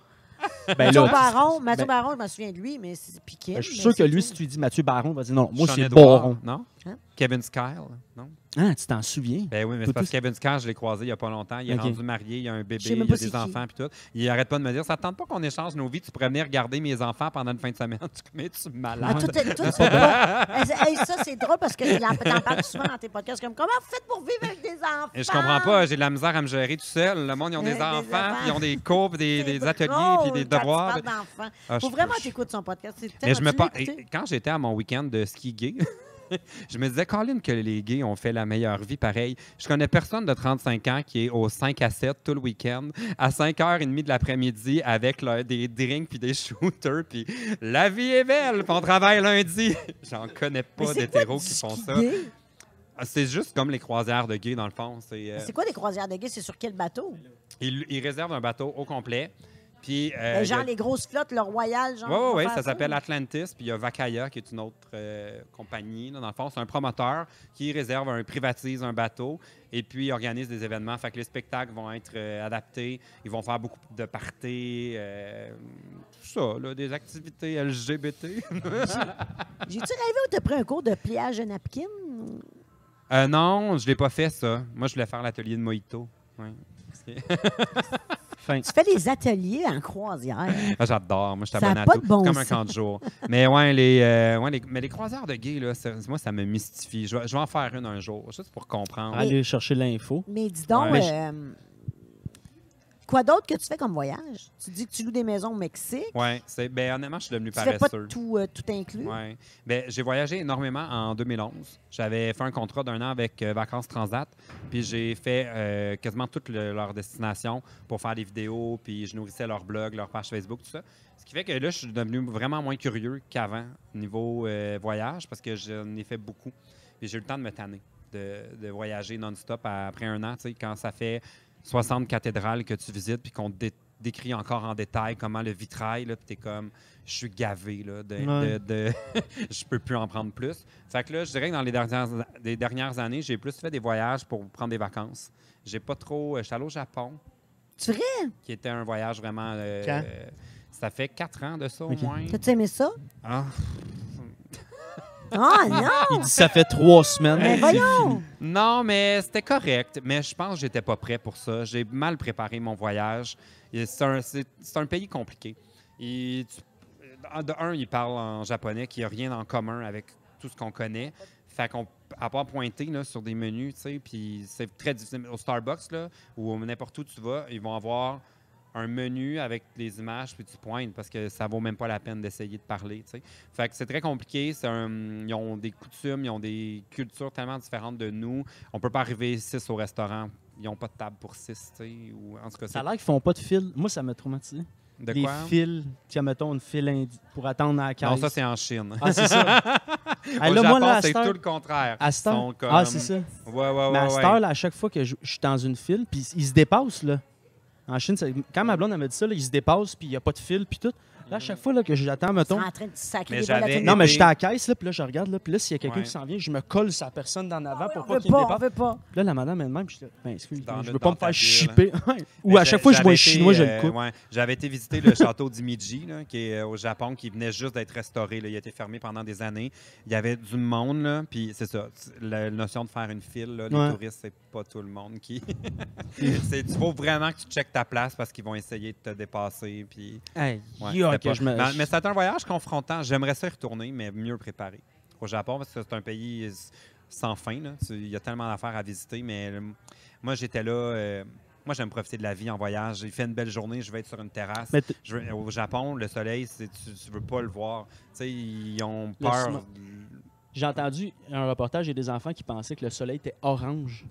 Speaker 1: Ben
Speaker 3: Mathieu
Speaker 1: là,
Speaker 3: Baron, Mathieu
Speaker 1: Ben-
Speaker 3: Baron, je me souviens de lui, mais c'est piqué.
Speaker 1: je suis sûr que lui, si tu lui dis Mathieu Baron, il va dire non, moi,
Speaker 2: Sean
Speaker 1: c'est
Speaker 2: Edouard,
Speaker 1: Baron.
Speaker 2: Non?
Speaker 3: Hein?
Speaker 2: Kevin Skyle, non?
Speaker 1: Ah, tu t'en souviens?
Speaker 2: Ben oui, mais
Speaker 1: Tout-
Speaker 2: c'est parce
Speaker 1: tout-
Speaker 2: que Kevin Skyle, je l'ai croisé il n'y a pas longtemps. Il est
Speaker 1: Ok.
Speaker 2: rendu marié, il a un bébé,
Speaker 3: Je sais
Speaker 2: il
Speaker 3: même
Speaker 2: a
Speaker 3: pas
Speaker 2: des
Speaker 3: c'est qui.
Speaker 2: enfants, puis tout. Il arrête pas de me dire, ça ne tente pas qu'on échange nos vies, tu pourrais venir garder mes enfants pendant une fin de semaine. Tu mais tu es
Speaker 3: Ah,
Speaker 2: malade.
Speaker 3: toi, t'es- toi, tu peux pas. Hey, ça, c'est drôle parce que tu l'en- t'en parles souvent dans tes podcasts. Comme, comment vous faites pour vivre avec des enfants?
Speaker 2: Et je comprends pas, j'ai de la misère à me gérer tout seul. Le monde, ils ont
Speaker 3: Des
Speaker 2: des enfants,
Speaker 3: enfants.
Speaker 2: puis ils ont des cours, puis des,
Speaker 3: C'est
Speaker 2: des
Speaker 3: drôle
Speaker 2: ateliers, puis des
Speaker 3: quand tu
Speaker 2: devoirs.
Speaker 3: parles d'enfants.
Speaker 2: Ah, je-
Speaker 3: Faut vraiment
Speaker 2: je-
Speaker 3: t'écouter son podcast. C'est
Speaker 2: Mais je me
Speaker 3: tellement-
Speaker 2: par-
Speaker 3: tu l'as écouté?
Speaker 2: et- Quand j'étais à mon week-end de ski gay, je me disais, Colin, que les gays ont fait la meilleure vie pareil. Je connais personne de 35 ans qui est au 5 à 7 tout le week-end, à 5h30 de l'après-midi, avec là, des drinks puis des shooters, puis la vie est belle, puis on travaille lundi. J'en connais pas d'hétéros qui font ça. Ah, C'est juste comme les croisières de gays, dans le fond. C'est, euh,
Speaker 3: C'est quoi des croisières de gays? C'est sur quel bateau?
Speaker 2: ils, ils réservent un bateau au complet. Puis, euh,
Speaker 3: Ben,
Speaker 2: il y a-
Speaker 3: genre les grosses flottes, le Royal, genre.
Speaker 2: Oui,
Speaker 3: on va
Speaker 2: oui,
Speaker 3: faire
Speaker 2: ça s'appelle Atlantis, puis il y a Vacaya, qui est une autre euh, compagnie. là, dans le fond, c'est un promoteur qui réserve, un, privatise un bateau et puis organise des événements. Fait que les spectacles vont être euh, adaptés, ils vont faire beaucoup de parties, euh, tout ça, là, des activités LGBT.
Speaker 3: J'ai-tu rêvé ou t'as pris un cours de pliage de napkin?
Speaker 2: Euh, non, je l'ai pas fait, ça. Moi, je voulais faire l'atelier de Mojito. Ouais.
Speaker 1: Fin.
Speaker 3: Tu fais des ateliers en croisière.
Speaker 2: Ah, J'adore, moi je
Speaker 3: Ça
Speaker 2: t'abonne
Speaker 3: a
Speaker 2: à
Speaker 3: pas
Speaker 2: tout.
Speaker 3: de bon
Speaker 2: C'est comme un
Speaker 3: sens.
Speaker 2: camp de jour. mais ouais, les, euh, ouais, les- mais les croisières de gays, là, ça- moi ça me mystifie. Je vais, je vais en faire une un jour, juste pour comprendre.
Speaker 1: Aller chercher l'info.
Speaker 3: Mais dis donc,
Speaker 2: Ouais.
Speaker 3: euh, quoi d'autre que tu fais comme voyage? Tu dis que tu loues des maisons au Mexique.
Speaker 2: Ouais, c'est ben honnêtement, je suis devenu
Speaker 3: Tu fais pas
Speaker 2: paresseux.
Speaker 3: tout, euh, tout inclus.
Speaker 2: Ouais. Ben, j'ai voyagé énormément en 2011. J'avais fait un contrat d'un an avec euh, Vacances Transat, puis j'ai fait euh, quasiment toutes le- leurs destinations pour faire des vidéos, puis je nourrissais leur blog, leur page Facebook, tout ça. Ce qui fait que là, je suis devenu vraiment moins curieux qu'avant niveau euh, voyage parce que j'en ai fait beaucoup. Puis j'ai eu le temps de me tanner, de, de voyager non-stop à- après un an, tu sais, quand ça fait 60 cathédrales que tu visites, puis qu'on te dé- décrit encore en détail comment le vitrail, là, puis t'es comme, je suis gavé, là, de,
Speaker 1: Ouais.
Speaker 2: de- de- je peux plus en prendre plus. Fait que là, je dirais que dans les dernières, les dernières années, j'ai plus fait des voyages pour prendre des vacances. J'ai pas trop, euh, je suis allé au Japon,
Speaker 3: Tu vrai?
Speaker 2: qui était un voyage vraiment... euh,
Speaker 1: Quand?
Speaker 2: euh, ça fait quatre ans de ça,
Speaker 1: Ok.
Speaker 2: au moins.
Speaker 3: T'as-tu aimé ça?
Speaker 2: Ah,
Speaker 3: Ah non!
Speaker 1: Il dit ça fait trois semaines.
Speaker 3: Mais
Speaker 1: C'est
Speaker 3: voyons!
Speaker 2: Non, mais c'était correct. Mais je pense que j'étais pas prêt pour ça. J'ai mal préparé mon voyage. Et C'est un, c'est- c'est un pays compliqué. Et tu- de un, il parle en japonais qui n'a rien en commun avec tout ce qu'on connaît. Fait qu'on à part pointer là, sur des menus, tu sais, puis c'est très difficile. Au Starbucks là, ou n'importe où tu vas, ils vont avoir un menu avec les images puis tu pointes parce que ça vaut même pas la peine d'essayer de parler, tu sais. Fait que c'est très compliqué. c'est un- ils ont des coutumes, ils ont des cultures tellement différentes de nous. On peut pas arriver six au restaurant. Ils n'ont pas de table pour six, tu sais. Ou, en tout cas,
Speaker 1: Ça a
Speaker 2: c'est
Speaker 1: l'air qu'ils font pas de fil. Moi, ça m'a traumatisé.
Speaker 2: de
Speaker 1: les
Speaker 2: quoi?
Speaker 1: fils, tiens, mettons une file indi- pour attendre à la caisse.
Speaker 2: Non, ça, c'est en Chine.
Speaker 1: Ah, c'est ça. Ah,
Speaker 2: Au
Speaker 1: là, moi,
Speaker 2: Japon,
Speaker 1: là, à
Speaker 2: c'est
Speaker 1: cette heure-
Speaker 2: tout le contraire.
Speaker 1: à cette
Speaker 2: Ils
Speaker 1: heure-
Speaker 2: sont comme-
Speaker 1: Ah, c'est ça.
Speaker 2: Ouais, ouais, ouais.
Speaker 1: Mais à
Speaker 2: ouais.
Speaker 1: cette heure, là, à chaque fois que je, je suis dans une file, puis ils se dépassent, là. En Chine, c'est- quand ma blonde elle m'a dit ça, là, ils se dépassent, puis il n'y a pas de fil, puis tout. Là, à chaque fois là, que j'attends,
Speaker 3: T'es
Speaker 1: mettons.
Speaker 3: en train de sacrer
Speaker 2: Mais
Speaker 3: des balles à
Speaker 2: j'avais-
Speaker 3: tout le
Speaker 1: Non,
Speaker 3: monde.
Speaker 1: mais
Speaker 2: Et-
Speaker 1: j'étais à la caisse, là, puis là, je regarde, là, puis là, s'il y a quelqu'un
Speaker 2: Ouais. Ah,
Speaker 1: qui s'en vient, je me colle sa personne d'en avant pour
Speaker 3: On
Speaker 1: pas
Speaker 3: veut
Speaker 1: qu'il me
Speaker 3: pas, on
Speaker 1: dépasse.
Speaker 3: veut pas.
Speaker 1: Là, la madame elle-même, je dis, ben, excuse,
Speaker 2: Dans
Speaker 1: je
Speaker 2: le-
Speaker 1: veux pas
Speaker 2: dans
Speaker 1: me faire
Speaker 2: ta file,
Speaker 1: chipper. Ou
Speaker 2: Mais
Speaker 1: à
Speaker 2: j'a-
Speaker 1: chaque fois que je vois un
Speaker 2: j'avais
Speaker 1: chinois, je
Speaker 2: été,
Speaker 1: le coupe.
Speaker 2: euh, ouais, j'avais été visiter le château d'Imiji, là, qui est euh, au Japon, qui venait juste d'être restauré. là. Il a été fermé pendant des années. Il y avait du monde, là, puis c'est ça. c- La notion de faire une file, là, les
Speaker 1: Ouais.
Speaker 2: touristes, c'est pas tout le monde qui. c'est, il faut vraiment que tu checkes ta place parce qu'ils vont essayer de te dépasser. Puis,
Speaker 1: Hey,
Speaker 2: ouais,
Speaker 1: yo,
Speaker 2: c'était
Speaker 1: que
Speaker 2: pas-
Speaker 1: je me-
Speaker 2: Mais, mais c'est un voyage confrontant. J'aimerais ça y retourner, mais mieux préparé. Au Japon, parce que c'est un pays euh, sans fin. là. Tu- Il y a tellement d'affaires à visiter, mais euh, moi, j'étais là. euh, moi, j'aime profiter de la vie en voyage. J'ai fait une belle journée, je vais être sur une terrasse.
Speaker 1: Mais t-
Speaker 2: Je veux- au Japon, le soleil, c'est- tu, tu veux pas le voir. Tu sais, ils ont
Speaker 1: Le
Speaker 2: peur.
Speaker 1: smoke. J'ai entendu un reportage, il y a des enfants qui pensaient que le soleil était orange.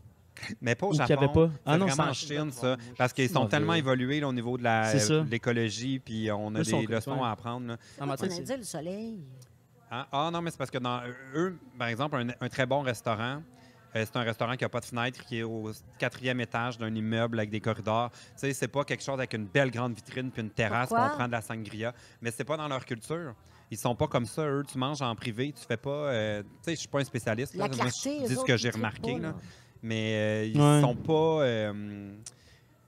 Speaker 2: Mais pas au
Speaker 1: Ou qu'il y
Speaker 2: Japon.
Speaker 1: avait pas. Ah
Speaker 2: C'est
Speaker 1: non,
Speaker 2: vraiment
Speaker 1: c'est en
Speaker 2: en
Speaker 1: Chine,
Speaker 2: Chine,
Speaker 1: ouais,
Speaker 2: ça.
Speaker 1: moi, je
Speaker 2: Parce qu'ils
Speaker 1: suis
Speaker 2: sont
Speaker 1: mauvais.
Speaker 2: tellement évolués là, au niveau de la-
Speaker 1: C'est ça.
Speaker 2: euh, l'écologie, puis on a
Speaker 1: Eux sont
Speaker 2: des
Speaker 1: comme
Speaker 2: leçons
Speaker 1: toi.
Speaker 2: à apprendre. là.
Speaker 1: Ah,
Speaker 3: Pourquoi
Speaker 1: mais
Speaker 3: Tu
Speaker 1: attends,
Speaker 3: m'as
Speaker 1: c'est-
Speaker 3: dit le soleil.
Speaker 2: Hein? Ah non, mais c'est parce que dans eux, par exemple, un, un très bon restaurant, euh, c'est un restaurant qui n'a pas de fenêtre, qui est au quatrième étage d'un immeuble avec des corridors. Tu sais, c'est pas quelque chose avec une belle grande vitrine puis une terrasse
Speaker 3: Pourquoi?
Speaker 2: qu'on prend de la sangria. Mais c'est pas dans leur culture. Ils sont pas comme ça, eux. Tu manges en privé, tu fais pas. euh, tu sais, je suis pas un spécialiste.
Speaker 3: La
Speaker 2: là. Moi,
Speaker 3: clarté.
Speaker 2: je
Speaker 3: eux
Speaker 2: dis ce
Speaker 3: autres,
Speaker 2: que
Speaker 3: ils
Speaker 2: j'ai
Speaker 3: trippent
Speaker 2: remarqué,
Speaker 3: pas,
Speaker 2: là.
Speaker 3: là.
Speaker 2: Mais euh, ils
Speaker 1: Ouais.
Speaker 2: sont pas. euh,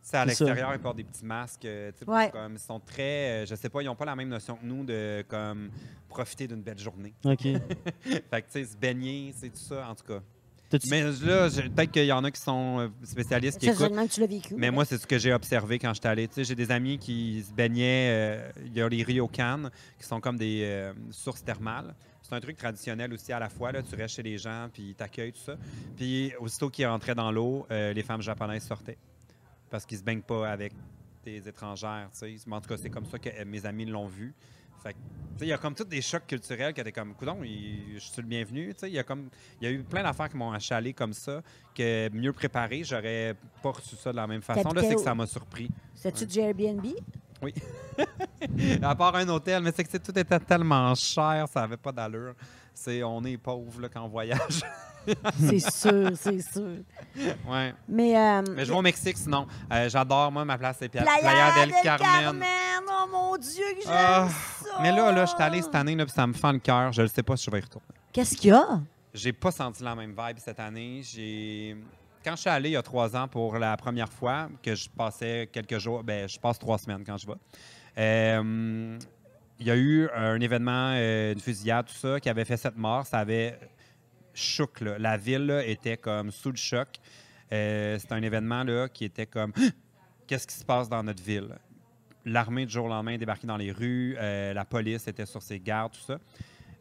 Speaker 2: c'est à
Speaker 1: C'est ça.
Speaker 2: l'extérieur, ils portent des petits masques. euh, tu sais,
Speaker 3: Ouais.
Speaker 2: comme, ils sont très. euh, je sais pas, ils n'ont pas la même notion que nous de comme profiter d'une belle journée.
Speaker 1: Ok.
Speaker 2: Fait que, tu sais, se baigner, c'est tout ça, en tout cas.
Speaker 1: T'as-tu-
Speaker 2: Mais là, je- peut-être qu'il y en a qui sont euh, spécialistes qui
Speaker 3: C'est
Speaker 2: écoutent.
Speaker 3: seulement que tu l'as vécu.
Speaker 2: Mais moi, c'est ce que j'ai observé quand j'étais allé. Tu sais, j'ai des amis qui se baignaient. euh, Il y a les ryokan, qui sont comme des euh, sources thermales. C'est un truc traditionnel aussi à la fois. Là. Tu restes chez les gens, puis ils t'accueillent, tout ça. Puis aussitôt qu'ils entraient dans l'eau, euh, les femmes japonaises sortaient. Parce qu'ils se baignent pas avec des étrangères. tu sais. Mais En tout cas, c'est comme ça que euh, mes amis l'ont vu. Fait que, tu sais, il y a comme tous des chocs culturels que t'es comme, coudon, je suis le bienvenu. Tu sais, il y a comme, il y a eu plein d'affaires qui m'ont achalé comme ça, que mieux préparé, j'aurais pas reçu ça de la même façon. Là,
Speaker 3: T'habitais
Speaker 2: c'est que
Speaker 3: où?
Speaker 2: ça m'a surpris.
Speaker 3: C'était-tu du Airbnb?
Speaker 2: À part un hôtel, mais c'est que c'est- tout était tellement cher, ça avait pas d'allure. C'est, on est pauvre là, quand on voyage.
Speaker 3: c'est sûr, c'est sûr.
Speaker 2: ouais.
Speaker 3: Mais, euh,
Speaker 2: Mais je vais au Mexique sinon. Euh, J'adore, moi, ma place, c'est Pia-
Speaker 3: Playa,
Speaker 2: Playa
Speaker 3: del Carmen. Oh mon Dieu, que j'aime
Speaker 2: Ah,
Speaker 3: ça!
Speaker 2: Mais là, là, je suis allé cette année, là, puis ça me fend le cœur. Je ne sais pas si je vais y retourner.
Speaker 3: Qu'est-ce qu'il y
Speaker 2: Euh,
Speaker 3: a?
Speaker 2: J'ai pas senti la même vibe cette année. J'ai quand je suis allé il y a trois ans pour la première fois que je passais quelques jours, ben je passe trois semaines quand je vais. euh, il y a eu un événement, euh, une fusillade, tout ça, qui avait fait sept morts. Ça avait choc. là. La ville là, était comme sous le choc. Euh, C'était un événement là, qui était comme qu'est-ce qui se passe dans notre ville? L'armée du jour au lendemain débarquait dans les rues, euh, la police était sur ses gardes, tout ça.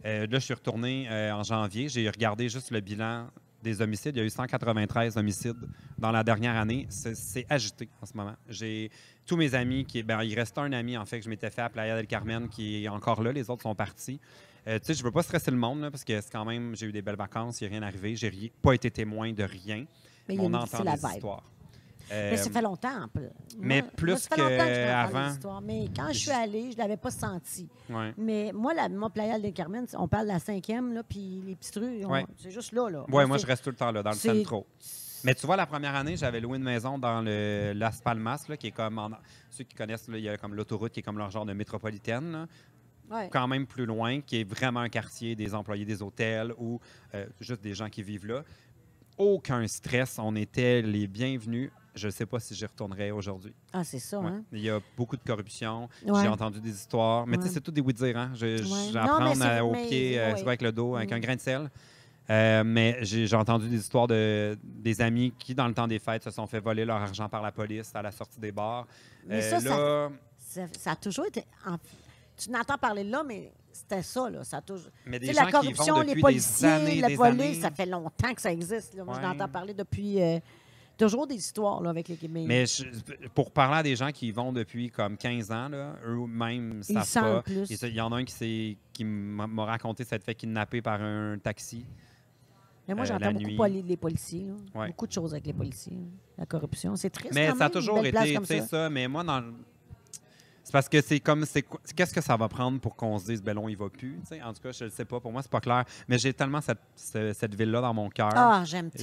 Speaker 2: Euh, là, je suis retourné euh, en janvier. J'ai regardé juste le bilan des homicides. Il y a eu 193 homicides dans la dernière année. C'est- C'est agité en ce moment. J'ai tous mes amis qui. Ben, il reste un ami, en fait, que je m'étais fait à Playa del Carmen qui est encore là. Les autres sont partis. Euh, tu sais, je veux pas stresser le monde, là, parce que c'est quand même. J'ai eu des belles vacances, il n'est rien arrivé. J'ai ri- pas été témoin de rien.
Speaker 3: Mais il y
Speaker 2: Mais
Speaker 3: a
Speaker 2: on
Speaker 3: une-
Speaker 2: entend
Speaker 3: c'est la
Speaker 2: des
Speaker 3: vibe.
Speaker 2: histoires.
Speaker 3: Mais
Speaker 2: Euh,
Speaker 3: ça fait longtemps. en plus.
Speaker 2: mais
Speaker 3: Moi-
Speaker 2: plus
Speaker 3: moi, ça fait longtemps que je
Speaker 2: que
Speaker 3: m'en parle
Speaker 2: avant.
Speaker 3: de l'histoire, Mais quand je suis
Speaker 2: Je-
Speaker 3: allée, je ne l'avais pas senti.
Speaker 2: ouais.
Speaker 3: Mais moi, la, moi, Playa del Carmen, on parle de la cinquième, là, puis les petites rues, on-
Speaker 2: Ouais.
Speaker 3: c'est juste là. là.
Speaker 2: Ouais, moi,
Speaker 3: C'est-
Speaker 2: je reste tout le temps là, dans le
Speaker 3: c'est-
Speaker 2: centro. Mais tu vois, la première année, j'avais loué une maison dans le Las Palmas, là, qui est comme. en- ceux qui connaissent, là, il y a comme l'autoroute qui est comme leur genre de métropolitaine, là,
Speaker 3: Ouais.
Speaker 2: quand même plus loin, qui est vraiment un quartier des employés des hôtels ou euh, juste des gens qui vivent là. Aucun stress, on était les bienvenus. Je ne sais pas si j'y retournerai aujourd'hui.
Speaker 3: Ah, c'est ça,
Speaker 2: Ouais.
Speaker 3: hein?
Speaker 2: Il y a beaucoup de corruption.
Speaker 3: Ouais.
Speaker 2: J'ai entendu des histoires. Mais tu
Speaker 3: Ouais.
Speaker 2: sais, c'est tout des oui-dire. Hein? Je-
Speaker 3: Ouais.
Speaker 2: je-
Speaker 3: Non, mais
Speaker 2: J'apprends
Speaker 3: c'est-
Speaker 2: euh, au
Speaker 3: mais-
Speaker 2: pied, euh,
Speaker 3: ouais.
Speaker 2: c'est vrai, avec le dos, avec
Speaker 3: Mm.
Speaker 2: un grain de sel. Euh, mais j'ai j'ai entendu des histoires de, des amis qui, dans le temps des fêtes, se sont fait voler leur argent par la police à la sortie des bars.
Speaker 3: Mais
Speaker 2: Euh,
Speaker 3: ça, ça-
Speaker 2: là,
Speaker 3: Ça, ça a toujours été. en- Tu n'entends parler là, mais c'était ça, là. Ça a toujours...
Speaker 2: mais
Speaker 3: Tu
Speaker 2: des
Speaker 3: sais,
Speaker 2: gens
Speaker 3: la
Speaker 2: qui
Speaker 3: corruption,
Speaker 2: vont depuis
Speaker 3: les
Speaker 2: des
Speaker 3: policiers,
Speaker 2: années,
Speaker 3: la
Speaker 2: des
Speaker 3: police,
Speaker 2: années.
Speaker 3: ça fait longtemps que ça existe. là. Moi, je
Speaker 2: Ouais.
Speaker 3: l'entends parler depuis. euh, toujours des histoires là, avec les mais,
Speaker 2: Mais je- pour parler à des gens qui y vont depuis comme 15 ans, là, eux-mêmes
Speaker 3: Ils
Speaker 2: savent
Speaker 3: sentent
Speaker 2: pas.
Speaker 3: plus.
Speaker 2: Et ça, Il y en a un qui, s'est- qui m'a m'a raconté s'être fait kidnapper par un taxi.
Speaker 3: mais moi,
Speaker 2: euh,
Speaker 3: j'entends
Speaker 2: la
Speaker 3: beaucoup
Speaker 2: nuit.
Speaker 3: parler des policiers. là.
Speaker 2: Ouais.
Speaker 3: Beaucoup de choses avec les policiers. là. La corruption, c'est triste.
Speaker 2: Mais
Speaker 3: quand
Speaker 2: ça a
Speaker 3: même, une
Speaker 2: toujours
Speaker 3: belle place
Speaker 2: été,
Speaker 3: comme
Speaker 2: tu sais,
Speaker 3: ça.
Speaker 2: ça. Mais moi, dans le- C'est parce que c'est comme. c'est quoi- Qu'est-ce que ça va prendre pour qu'on se dise, ben on y va plus? tu sais? En tout cas, je ne sais pas. Pour moi, c'est pas clair. Mais j'ai tellement cette, ce- cette ville-là dans mon cœur.
Speaker 3: Ah, j'aime
Speaker 2: Je,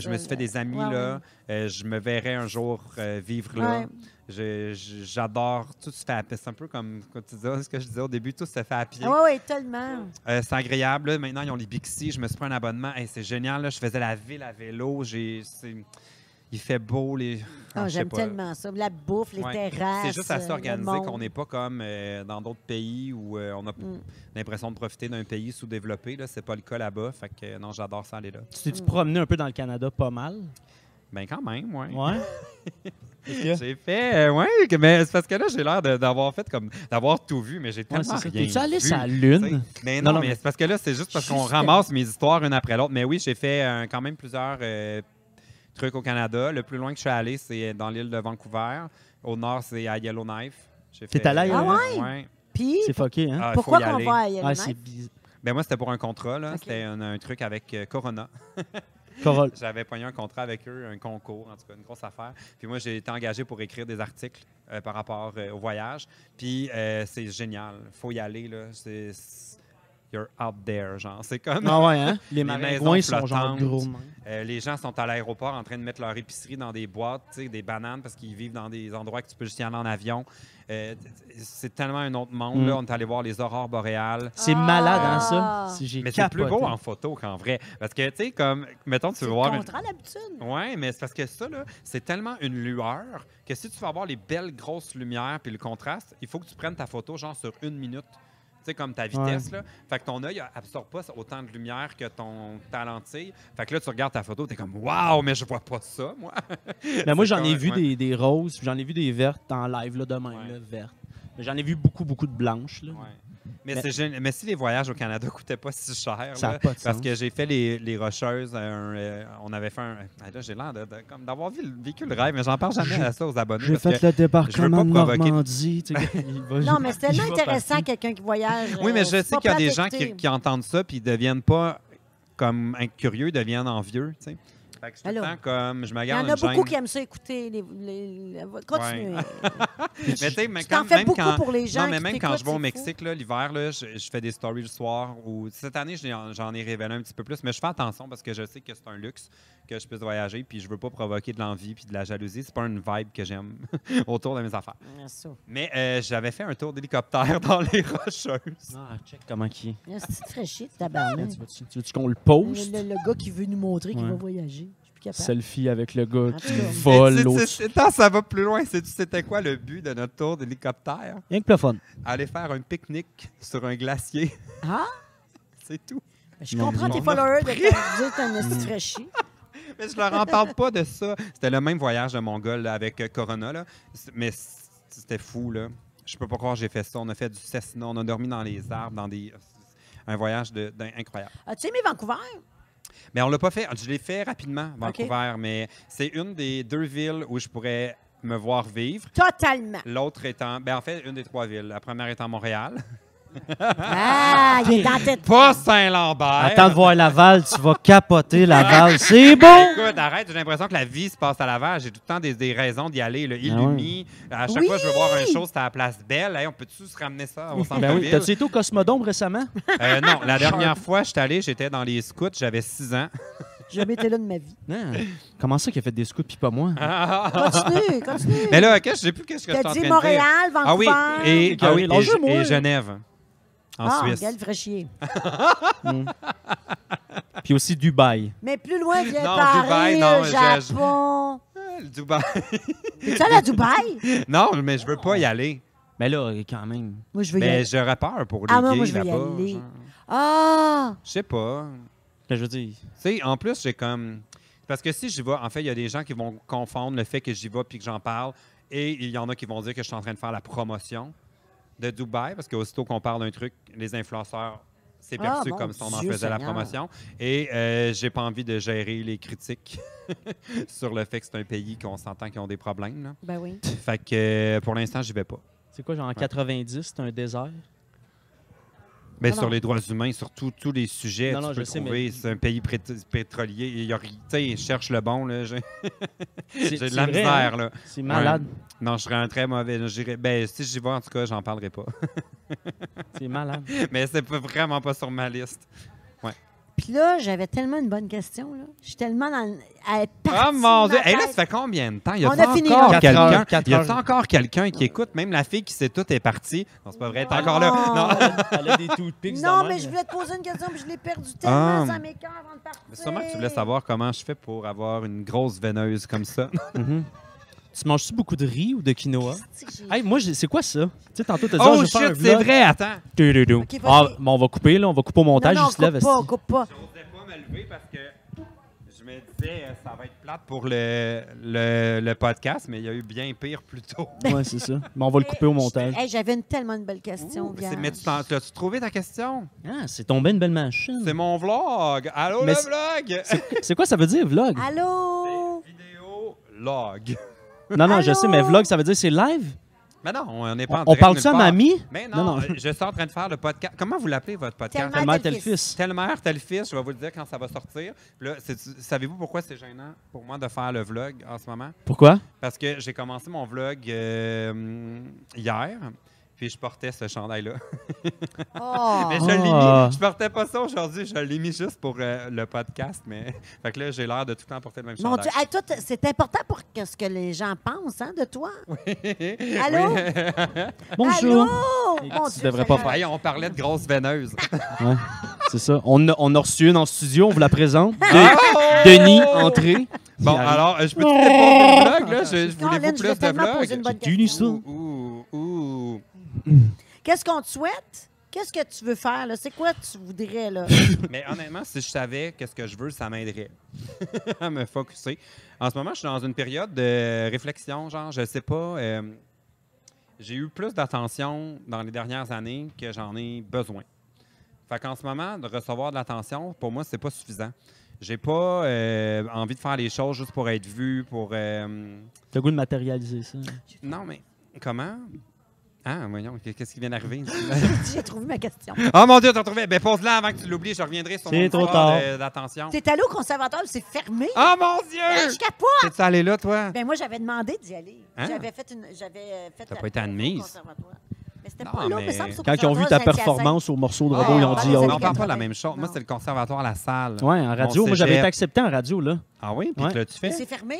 Speaker 2: je
Speaker 3: ça,
Speaker 2: me suis fait
Speaker 3: là.
Speaker 2: des amis
Speaker 3: Ouais,
Speaker 2: là. Euh, je me verrai un jour euh, vivre là.
Speaker 3: Ouais.
Speaker 2: Je- je- J'adore. Tout se fait à pied. C'est un peu comme quand tu disais, ce que je disais au début. Tout se fait à pied.
Speaker 3: Ah oui, tellement.
Speaker 2: Euh, c'est agréable. là. Maintenant, ils ont les Bixi. Je me suis pris un abonnement. Hey, c'est génial. là. Je faisais la ville à vélo. J'ai- c'est- Il fait beau. Les... je
Speaker 3: Ah,
Speaker 2: sais
Speaker 3: J'aime
Speaker 2: pas.
Speaker 3: tellement ça. La bouffe, les
Speaker 2: Ouais.
Speaker 3: terrasses.
Speaker 2: C'est juste assez
Speaker 3: euh,
Speaker 2: organisé
Speaker 3: le monde. Mm.
Speaker 2: qu'on n'est pas comme euh, dans d'autres pays où euh, on a p- l'impression de profiter d'un pays sous-développé. Là, c'est pas le cas là-bas. Fait que euh, non, j'adore ça aller là.
Speaker 1: Tu t'es-tu promené un peu dans le Canada pas mal?
Speaker 2: Ben quand même, ouais.
Speaker 1: Ouais. Est-ce que-
Speaker 2: J'ai fait, euh, ouais, que- mais c'est parce que là j'ai l'air de- d'avoir fait comme d'avoir tout vu, mais j'ai
Speaker 1: Ouais,
Speaker 2: tellement
Speaker 1: c'est ça.
Speaker 2: rien
Speaker 1: T'es-tu allé
Speaker 2: vu,
Speaker 1: sur la
Speaker 2: tu sais.
Speaker 1: Lune?
Speaker 2: Mais
Speaker 1: Non,
Speaker 2: non,
Speaker 1: non,
Speaker 2: mais,
Speaker 1: mais-
Speaker 2: c'est parce que là c'est juste parce qu'on
Speaker 3: Juste-
Speaker 2: ramasse mes histoires une après l'autre. Mais oui, j'ai fait euh, quand même plusieurs euh, trucs au Canada. Le plus loin que je suis allé, c'est dans l'île de Vancouver. Au nord, c'est à Yellowknife. J'ai
Speaker 1: T'es
Speaker 2: fait,
Speaker 1: allé à
Speaker 2: euh,
Speaker 3: Yellowknife?
Speaker 2: ouais.
Speaker 3: Puis,
Speaker 1: C'est fucké, hein?
Speaker 2: Ah, faut
Speaker 3: pourquoi
Speaker 2: y
Speaker 3: qu'on
Speaker 2: aller.
Speaker 3: va à Yellowknife?
Speaker 1: Ah, c'est bizarre.
Speaker 2: Ben moi, c'était pour un contrat. là.
Speaker 3: Ok.
Speaker 2: C'était un, un truc avec euh, Corona.
Speaker 1: Corol.
Speaker 2: J'avais pogné un contrat avec eux, un concours, en tout cas, une grosse affaire. Puis moi, j'ai été engagé pour écrire des articles euh, par rapport euh, au voyage. Puis euh, c'est génial. faut y aller. Là. C'est, c'est- you're out there, genre. C'est comme...
Speaker 1: Ah ouais, hein? Les
Speaker 2: Les
Speaker 1: maringouins
Speaker 2: maisons
Speaker 1: sont genre
Speaker 2: flottantes.
Speaker 1: gros. de même.
Speaker 2: Euh, les gens sont à l'aéroport en train de mettre leur épicerie dans des boîtes, tu sais, des bananes, parce qu'ils vivent dans des endroits que tu peux juste y aller en avion. Euh, c'est tellement un autre monde.
Speaker 1: Mm.
Speaker 2: Là, on est allé voir les aurores boréales.
Speaker 1: C'est
Speaker 3: Ah!
Speaker 1: malade, hein, ça? Si j'ai
Speaker 2: Mais c'est plus
Speaker 1: capoté.
Speaker 2: beau en photo qu'en vrai. Parce que, tu sais, comme, mettons, tu
Speaker 3: c'est
Speaker 2: veux
Speaker 3: le
Speaker 2: voir une,
Speaker 3: contraire d'habitude.
Speaker 2: Oui, mais c'est parce que ça, là, c'est tellement une lueur que si tu veux avoir les belles grosses lumières puis le contraste, il faut que tu prennes ta photo genre sur une minute. Tu sais, comme ta vitesse, là. Fait que ton œil absorbe pas autant de lumière que ton, ta lentille. Fait que là, tu regardes ta photo, t'es comme « Wow, mais je vois pas ça, moi!
Speaker 1: Mais Ben, moi,
Speaker 2: C'est
Speaker 1: j'en ai
Speaker 2: quand-
Speaker 1: vu
Speaker 2: ouais.
Speaker 1: des, des roses, puis j'en ai vu des vertes en live, là, de même,
Speaker 2: Ouais.
Speaker 1: là, vertes. Mais j'en ai vu beaucoup, beaucoup de blanches, là. »
Speaker 2: Ouais. Mais,
Speaker 1: Mais-
Speaker 2: c'est gén- mais si les voyages au Canada coûtaient pas si cher,
Speaker 1: Ça a
Speaker 2: là,
Speaker 1: pas de
Speaker 2: parce
Speaker 1: sens.
Speaker 2: que j'ai fait les, les Rocheuses, un, euh, on avait fait un. ah, Là, j'ai l'air de- de- comme d'avoir vu- vécu le rêve, mais j'en parle jamais
Speaker 1: J'ai-
Speaker 2: à ça aux abonnés.
Speaker 1: J'ai
Speaker 2: parce
Speaker 1: fait
Speaker 2: que-
Speaker 1: le
Speaker 2: je veux pas
Speaker 1: débarquement de
Speaker 2: provoquer-
Speaker 1: Normandie. tu sais, il va-
Speaker 3: Non, mais c'est tellement
Speaker 2: Il va
Speaker 3: intéressant,
Speaker 2: partir.
Speaker 3: quelqu'un qui voyage.
Speaker 2: Oui, mais
Speaker 3: euh,
Speaker 2: je
Speaker 3: c'est
Speaker 2: sais
Speaker 3: pas
Speaker 2: qu'il y a
Speaker 3: plate
Speaker 2: des
Speaker 3: à
Speaker 2: gens qui,
Speaker 3: écouter.
Speaker 2: qui entendent ça puis ils deviennent pas comme un curieux, ils deviennent envieux. tu sais. Fait que je suis tout le
Speaker 3: Alors,
Speaker 2: temps comme je me
Speaker 3: Il y
Speaker 2: garde
Speaker 3: en a
Speaker 2: une
Speaker 3: beaucoup
Speaker 2: gêne.
Speaker 3: qui aiment ça écouter. Les, les- les- Continuez.
Speaker 2: Mais tu sais, mais
Speaker 3: tu t'en
Speaker 2: quand-
Speaker 3: fais
Speaker 2: même
Speaker 3: beaucoup
Speaker 2: quand-
Speaker 3: pour les gens
Speaker 2: Non, mais
Speaker 3: qui
Speaker 2: même quand
Speaker 3: t'écoutent,
Speaker 2: je vais au
Speaker 3: c'est
Speaker 2: Mexique, là, l'hiver, là, je, je fais des stories le soir. Ou, cette année, j'en j'en ai révélé un petit peu plus, mais je fais attention parce que je sais que c'est un luxe que je puisse voyager, puis je veux pas provoquer de l'envie puis de la jalousie. C'est pas une vibe que j'aime autour de mes affaires.
Speaker 3: Bien sûr.
Speaker 2: Mais euh, j'avais fait un tour d'hélicoptère dans les Rocheuses.
Speaker 1: Ah, check comment qui est.
Speaker 3: Là, C'est très chier, tabarnak.
Speaker 1: Tu veux-tu tu veux-tu qu'on le
Speaker 3: Le,
Speaker 1: poste?
Speaker 3: le, le gars qui veut nous montrer qu'il
Speaker 1: Ouais.
Speaker 3: va voyager. Je suis plus capable.
Speaker 1: Selfie avec le gars qui
Speaker 3: En tout cas.
Speaker 1: vole
Speaker 2: Mais tu- tu-
Speaker 1: l'autre.
Speaker 2: tu- attends, ça va plus loin. Sais-tu c'était quoi le but de notre tour d'hélicoptère?
Speaker 1: Rien que le fun.
Speaker 2: Aller faire un pique-nique sur un glacier.
Speaker 3: Ah! Ben,
Speaker 2: C'est tout.
Speaker 3: Je
Speaker 1: Mon
Speaker 3: comprends
Speaker 1: Dieu.
Speaker 3: tes
Speaker 2: On a
Speaker 3: followers de te dire que t'es un esti très chier.
Speaker 2: Mais je leur en parle pas de ça. C'était le même voyage de Mongol là, avec euh, Corona, là. C- mais c- c'était fou, là. Je peux pas croire que j'ai fait ça. On a fait du Cessna, on a dormi dans les arbres, dans des. euh, Un voyage de, d'un- incroyable.
Speaker 3: As-tu aimé Vancouver?
Speaker 2: Mais on l'a pas fait. Je l'ai fait rapidement, Vancouver, mais c'est une des deux villes où je pourrais me voir vivre.
Speaker 3: Totalement.
Speaker 2: L'autre étant. Ben, en fait, une des trois villes. La première étant Montréal.
Speaker 3: Ah, il est dans ta tête.
Speaker 2: Pas Saint-Lambert.
Speaker 1: Attends de voir Laval, tu vas capoter Laval. C'est bon!
Speaker 2: Écoute, arrête, j'ai l'impression que la vie se passe à Laval. J'ai tout le temps des, des raisons d'y aller.
Speaker 1: Ah
Speaker 2: Là. Illumi. À chaque
Speaker 3: Oui!
Speaker 2: fois que je veux voir une chose, c'est à la place Belle. Hey, on peut-tu se ramener ça au
Speaker 1: Ben
Speaker 2: centre-ville?
Speaker 1: oui, t'as-tu été au Cosmodome récemment?
Speaker 2: Euh, non, la dernière fois, je suis allé, j'étais dans les scouts, j'avais 6 ans.
Speaker 3: J'ai jamais été là de ma vie.
Speaker 1: Non. Hein? Comment ça qu'il a fait des scouts puis pas moi? Ah!
Speaker 3: Continue, continue.
Speaker 2: Ah. Mais là, ok, je sais plus qu'est-ce que je suis en train
Speaker 3: T'as
Speaker 2: de
Speaker 3: dit
Speaker 2: dire.
Speaker 3: Montréal, Vancouver.
Speaker 2: ah oui, et, ah oui, et,
Speaker 1: Carré, lâche-moi.
Speaker 2: et Genève, en
Speaker 3: ah,
Speaker 2: Suisse.
Speaker 3: quel vrai chier.
Speaker 2: Ah.
Speaker 1: Puis aussi Dubaï.
Speaker 3: Mais plus loin, il y a
Speaker 2: Non,
Speaker 3: Paris,
Speaker 2: Dubaï, non,
Speaker 3: le
Speaker 2: je-
Speaker 3: Japon.
Speaker 2: Ah, le Dubaï.
Speaker 3: T'es allé à Dubaï?
Speaker 2: non, mais je veux pas y aller.
Speaker 1: Mais Ben là, quand même.
Speaker 3: Moi, je Ah, veux y
Speaker 2: Mais
Speaker 3: aller.
Speaker 2: j'aurais peur pour les
Speaker 3: Ah, moi,
Speaker 2: gays
Speaker 3: moi, je veux y
Speaker 2: là-bas,
Speaker 3: aller.
Speaker 2: genre.
Speaker 3: Ah!
Speaker 2: Je sais pas.
Speaker 1: Ben, je veux dire,
Speaker 2: Tu sais, en plus, j'ai comme. Parce que si j'y vais, en fait, il y a des gens qui vont confondre le fait que j'y vais puis que j'en parle, et il y en a qui vont dire que je suis en train de faire la promotion de Dubaï, parce qu'aussitôt qu'on parle d'un truc, les influenceurs, c'est
Speaker 3: Ah,
Speaker 2: perçu
Speaker 3: mon
Speaker 2: comme si on en
Speaker 3: Dieu
Speaker 2: faisait la
Speaker 3: Seigneur.
Speaker 2: promotion. Et euh, j'ai pas envie de gérer les critiques sur le fait que c'est un pays qu'on s'entend qu'ils ont des problèmes. là.
Speaker 3: Ben oui.
Speaker 2: Fait que euh, pour l'instant, j'y vais pas.
Speaker 1: c'est quoi, genre en 90, c'est un désert?
Speaker 2: Mais
Speaker 3: Non,
Speaker 2: sur
Speaker 3: non.
Speaker 2: les droits humains, sur tout- tous les sujets,
Speaker 1: Non,
Speaker 2: tu
Speaker 1: non,
Speaker 2: peux
Speaker 1: je sais,
Speaker 2: trouver,
Speaker 1: mais-
Speaker 2: c'est un pays prét- pétrolier, il y a ri- tu sais, cherche le bon, là, j'ai
Speaker 1: C'est
Speaker 2: j'ai
Speaker 1: c'est
Speaker 2: de la
Speaker 1: vrai,
Speaker 2: misère,
Speaker 1: hein?
Speaker 2: là.
Speaker 1: C'est malade.
Speaker 2: Non, je serais un très mauvais. j'irais- Ben, si j'y vais, en tout cas, j'en parlerai pas.
Speaker 1: C'est malade.
Speaker 2: Mais c'est pas- vraiment pas sur ma liste.
Speaker 3: Puis là, j'avais tellement une bonne question. là. Je suis tellement dans. le- Elle est
Speaker 2: Ah
Speaker 3: partie
Speaker 2: mon
Speaker 3: de
Speaker 2: Dieu!
Speaker 3: ma
Speaker 2: Hey, là,
Speaker 3: tête.
Speaker 2: ça fait combien de temps? Y
Speaker 3: On
Speaker 2: a-t-il
Speaker 3: a fini,
Speaker 2: encore
Speaker 1: là. Quatre heures,
Speaker 2: quelqu'un
Speaker 1: quatre
Speaker 2: y a-t-il
Speaker 1: heures.
Speaker 2: encore quelqu'un qui écoute? Même la fille qui sait tout est partie. Non, c'est pas vrai, elle est encore là.
Speaker 1: Oh!
Speaker 2: Non.
Speaker 1: Elle a des toothpicks
Speaker 3: Non, mais je voulais te poser une question, puis je l'ai perdue
Speaker 2: Ah.
Speaker 3: tellement ça m'écoeure avant de partir.
Speaker 2: Mais sûrement que tu voulais savoir comment je fais pour avoir une grosse veineuse comme ça.
Speaker 1: Tu manges-tu beaucoup de riz ou de
Speaker 2: hein.
Speaker 1: quinoa?
Speaker 3: Si, j'ai-
Speaker 1: Hey, moi, j'ai- c'est quoi ça? Tu sais, tantôt, t'as dit,
Speaker 2: oh
Speaker 1: je vais faire un
Speaker 2: shit, c'est
Speaker 1: vlog.
Speaker 2: vrai, attends!
Speaker 1: Tududu.
Speaker 3: Ok, vas-y.
Speaker 1: Ah, mais on va couper, là. On va couper au montage.
Speaker 3: non, non,
Speaker 1: je se lève.
Speaker 3: coupe pas,
Speaker 1: esti.
Speaker 3: coupe pas.
Speaker 2: J'osais pas me lever parce que je me disais euh, ça va être plate pour le, le, le podcast, mais il y a eu bien pire plus tôt.
Speaker 1: Ouais, c'est ça. Mais on va le couper au montage.
Speaker 3: Hey, j'avais une tellement une belle question.
Speaker 2: Ouh, c'est-
Speaker 3: Gab.
Speaker 2: mais tu t'en- tu as-tu trouvé ta question?
Speaker 1: Ah, c'est tombé une belle machine.
Speaker 2: C'est mon vlog! Allô
Speaker 1: Mais
Speaker 2: le
Speaker 1: c'est-
Speaker 2: vlog!
Speaker 1: C'est quoi ça veut dire, vlog?
Speaker 3: Allô?
Speaker 2: Vidéo log.
Speaker 1: Non, non, je
Speaker 3: Allô?
Speaker 1: sais, mais vlog, ça veut dire c'est live?
Speaker 2: Mais non, on n'est
Speaker 1: On,
Speaker 2: pas en
Speaker 1: on
Speaker 2: direct
Speaker 1: parle
Speaker 2: nulle
Speaker 1: ça à
Speaker 2: part.
Speaker 1: mamie?
Speaker 2: Mais non,
Speaker 1: Non, non.
Speaker 2: euh, je suis en train de faire le podcast. Comment vous l'appelez votre podcast?
Speaker 3: Tellement-
Speaker 1: Tellement
Speaker 3: tel
Speaker 1: tel
Speaker 3: fils.
Speaker 1: fils.
Speaker 2: Telle mère, tel fils, je vais vous le dire quand ça va sortir. Puis Là, c'est- savez-vous pourquoi c'est gênant pour moi de faire le vlog en ce moment?
Speaker 1: Pourquoi?
Speaker 2: Parce que j'ai commencé mon vlog euh, hier, puis je portais ce chandail-là.
Speaker 3: Oh.
Speaker 2: Mais je l'ai
Speaker 1: Ah.
Speaker 2: mis, je portais pas ça aujourd'hui, je l'ai mis juste pour euh, le podcast, mais... Fait que là, j'ai l'air de tout le temps porter le même
Speaker 3: Mon
Speaker 2: chandail.
Speaker 3: Dieu, hey, toi, t'es- c'est important pour que ce que les gens pensent hein, de toi.
Speaker 2: Oui.
Speaker 3: Allô?
Speaker 1: Bonjour!
Speaker 3: Allô?
Speaker 1: Et
Speaker 3: Mon
Speaker 1: tu
Speaker 3: Dieu,
Speaker 1: devrais pas
Speaker 3: Seigneur.
Speaker 2: Hey, on parlait de grosses veineuses.
Speaker 1: Ouais, c'est ça. On a, on a reçu une en studio, on vous la présente.
Speaker 3: Oh!
Speaker 1: De- Denis, entrée.
Speaker 2: Ah! Bon,
Speaker 1: Il arrive.
Speaker 2: alors, euh, je peux te répondre au vlog, là? Je, je
Speaker 3: Non,
Speaker 2: voulais vous
Speaker 3: Lynn, je
Speaker 2: plus
Speaker 3: voulais
Speaker 2: de
Speaker 3: tellement poser une
Speaker 2: vlog.
Speaker 3: bonne
Speaker 1: J'ai dit
Speaker 3: question.
Speaker 1: bonne-
Speaker 2: Ouh, ouh, ouh.
Speaker 3: Qu'est-ce qu'on te souhaite? Qu'est-ce que tu veux faire? là? C'est quoi tu voudrais? là?
Speaker 2: Mais honnêtement, si je savais qu'est-ce que je veux, ça m'aiderait à me focuser. En ce moment, je suis dans une période de réflexion, genre, je sais pas. euh, j'ai eu plus d'attention dans les dernières années que j'en ai besoin. Fait qu'en ce moment, de recevoir de l'attention, pour moi, c'est pas suffisant. J'ai pas euh, envie de faire les choses juste pour être vu, pour. euh,
Speaker 1: T'as le goût de matérialiser ça.
Speaker 2: Non, mais comment? Ah, voyons, qu'est-ce qui vient d'arriver?
Speaker 3: J'ai trouvé ma question.
Speaker 2: oh mon Dieu, t'as trouvé! Ben, pose-la avant que tu l'oublies, je reviendrai sur
Speaker 1: C'est
Speaker 2: mon
Speaker 1: trop
Speaker 2: histoire
Speaker 1: tard.
Speaker 2: de- d'attention.
Speaker 3: T'es allé au conservatoire, puis c'est fermé.
Speaker 2: Oh mon
Speaker 3: Ah,
Speaker 2: Dieu!
Speaker 3: je capote!
Speaker 2: T'es-tu allé là, toi?
Speaker 3: Ben moi, j'avais demandé d'y aller.
Speaker 2: Hein?
Speaker 3: J'avais fait une. J'avais euh, fait
Speaker 2: T'as
Speaker 3: la
Speaker 2: pas été
Speaker 3: preuve au
Speaker 2: admise.
Speaker 3: conservatoire. Mais c'était
Speaker 2: Non,
Speaker 3: pas là,
Speaker 2: mais-
Speaker 3: me semble, sur
Speaker 1: Quand ils ont vu ta
Speaker 3: conservatoire
Speaker 1: performance au morceau de
Speaker 3: Ah,
Speaker 1: robot, ils ont
Speaker 3: on
Speaker 1: dit
Speaker 3: parle
Speaker 1: oh,
Speaker 3: des
Speaker 2: on parle pas de la
Speaker 3: années
Speaker 2: même chose. Moi,
Speaker 3: Non.
Speaker 2: c'est le conservatoire, la salle.
Speaker 1: Ouais, en radio.
Speaker 2: Mon
Speaker 1: Moi, j'avais
Speaker 2: cégep.
Speaker 1: été accepté en radio, là.
Speaker 2: Ah oui? Puis
Speaker 1: Ouais.
Speaker 2: que là, tu
Speaker 3: Saint-Hyacinthe.
Speaker 2: fais?
Speaker 3: C'est fermé.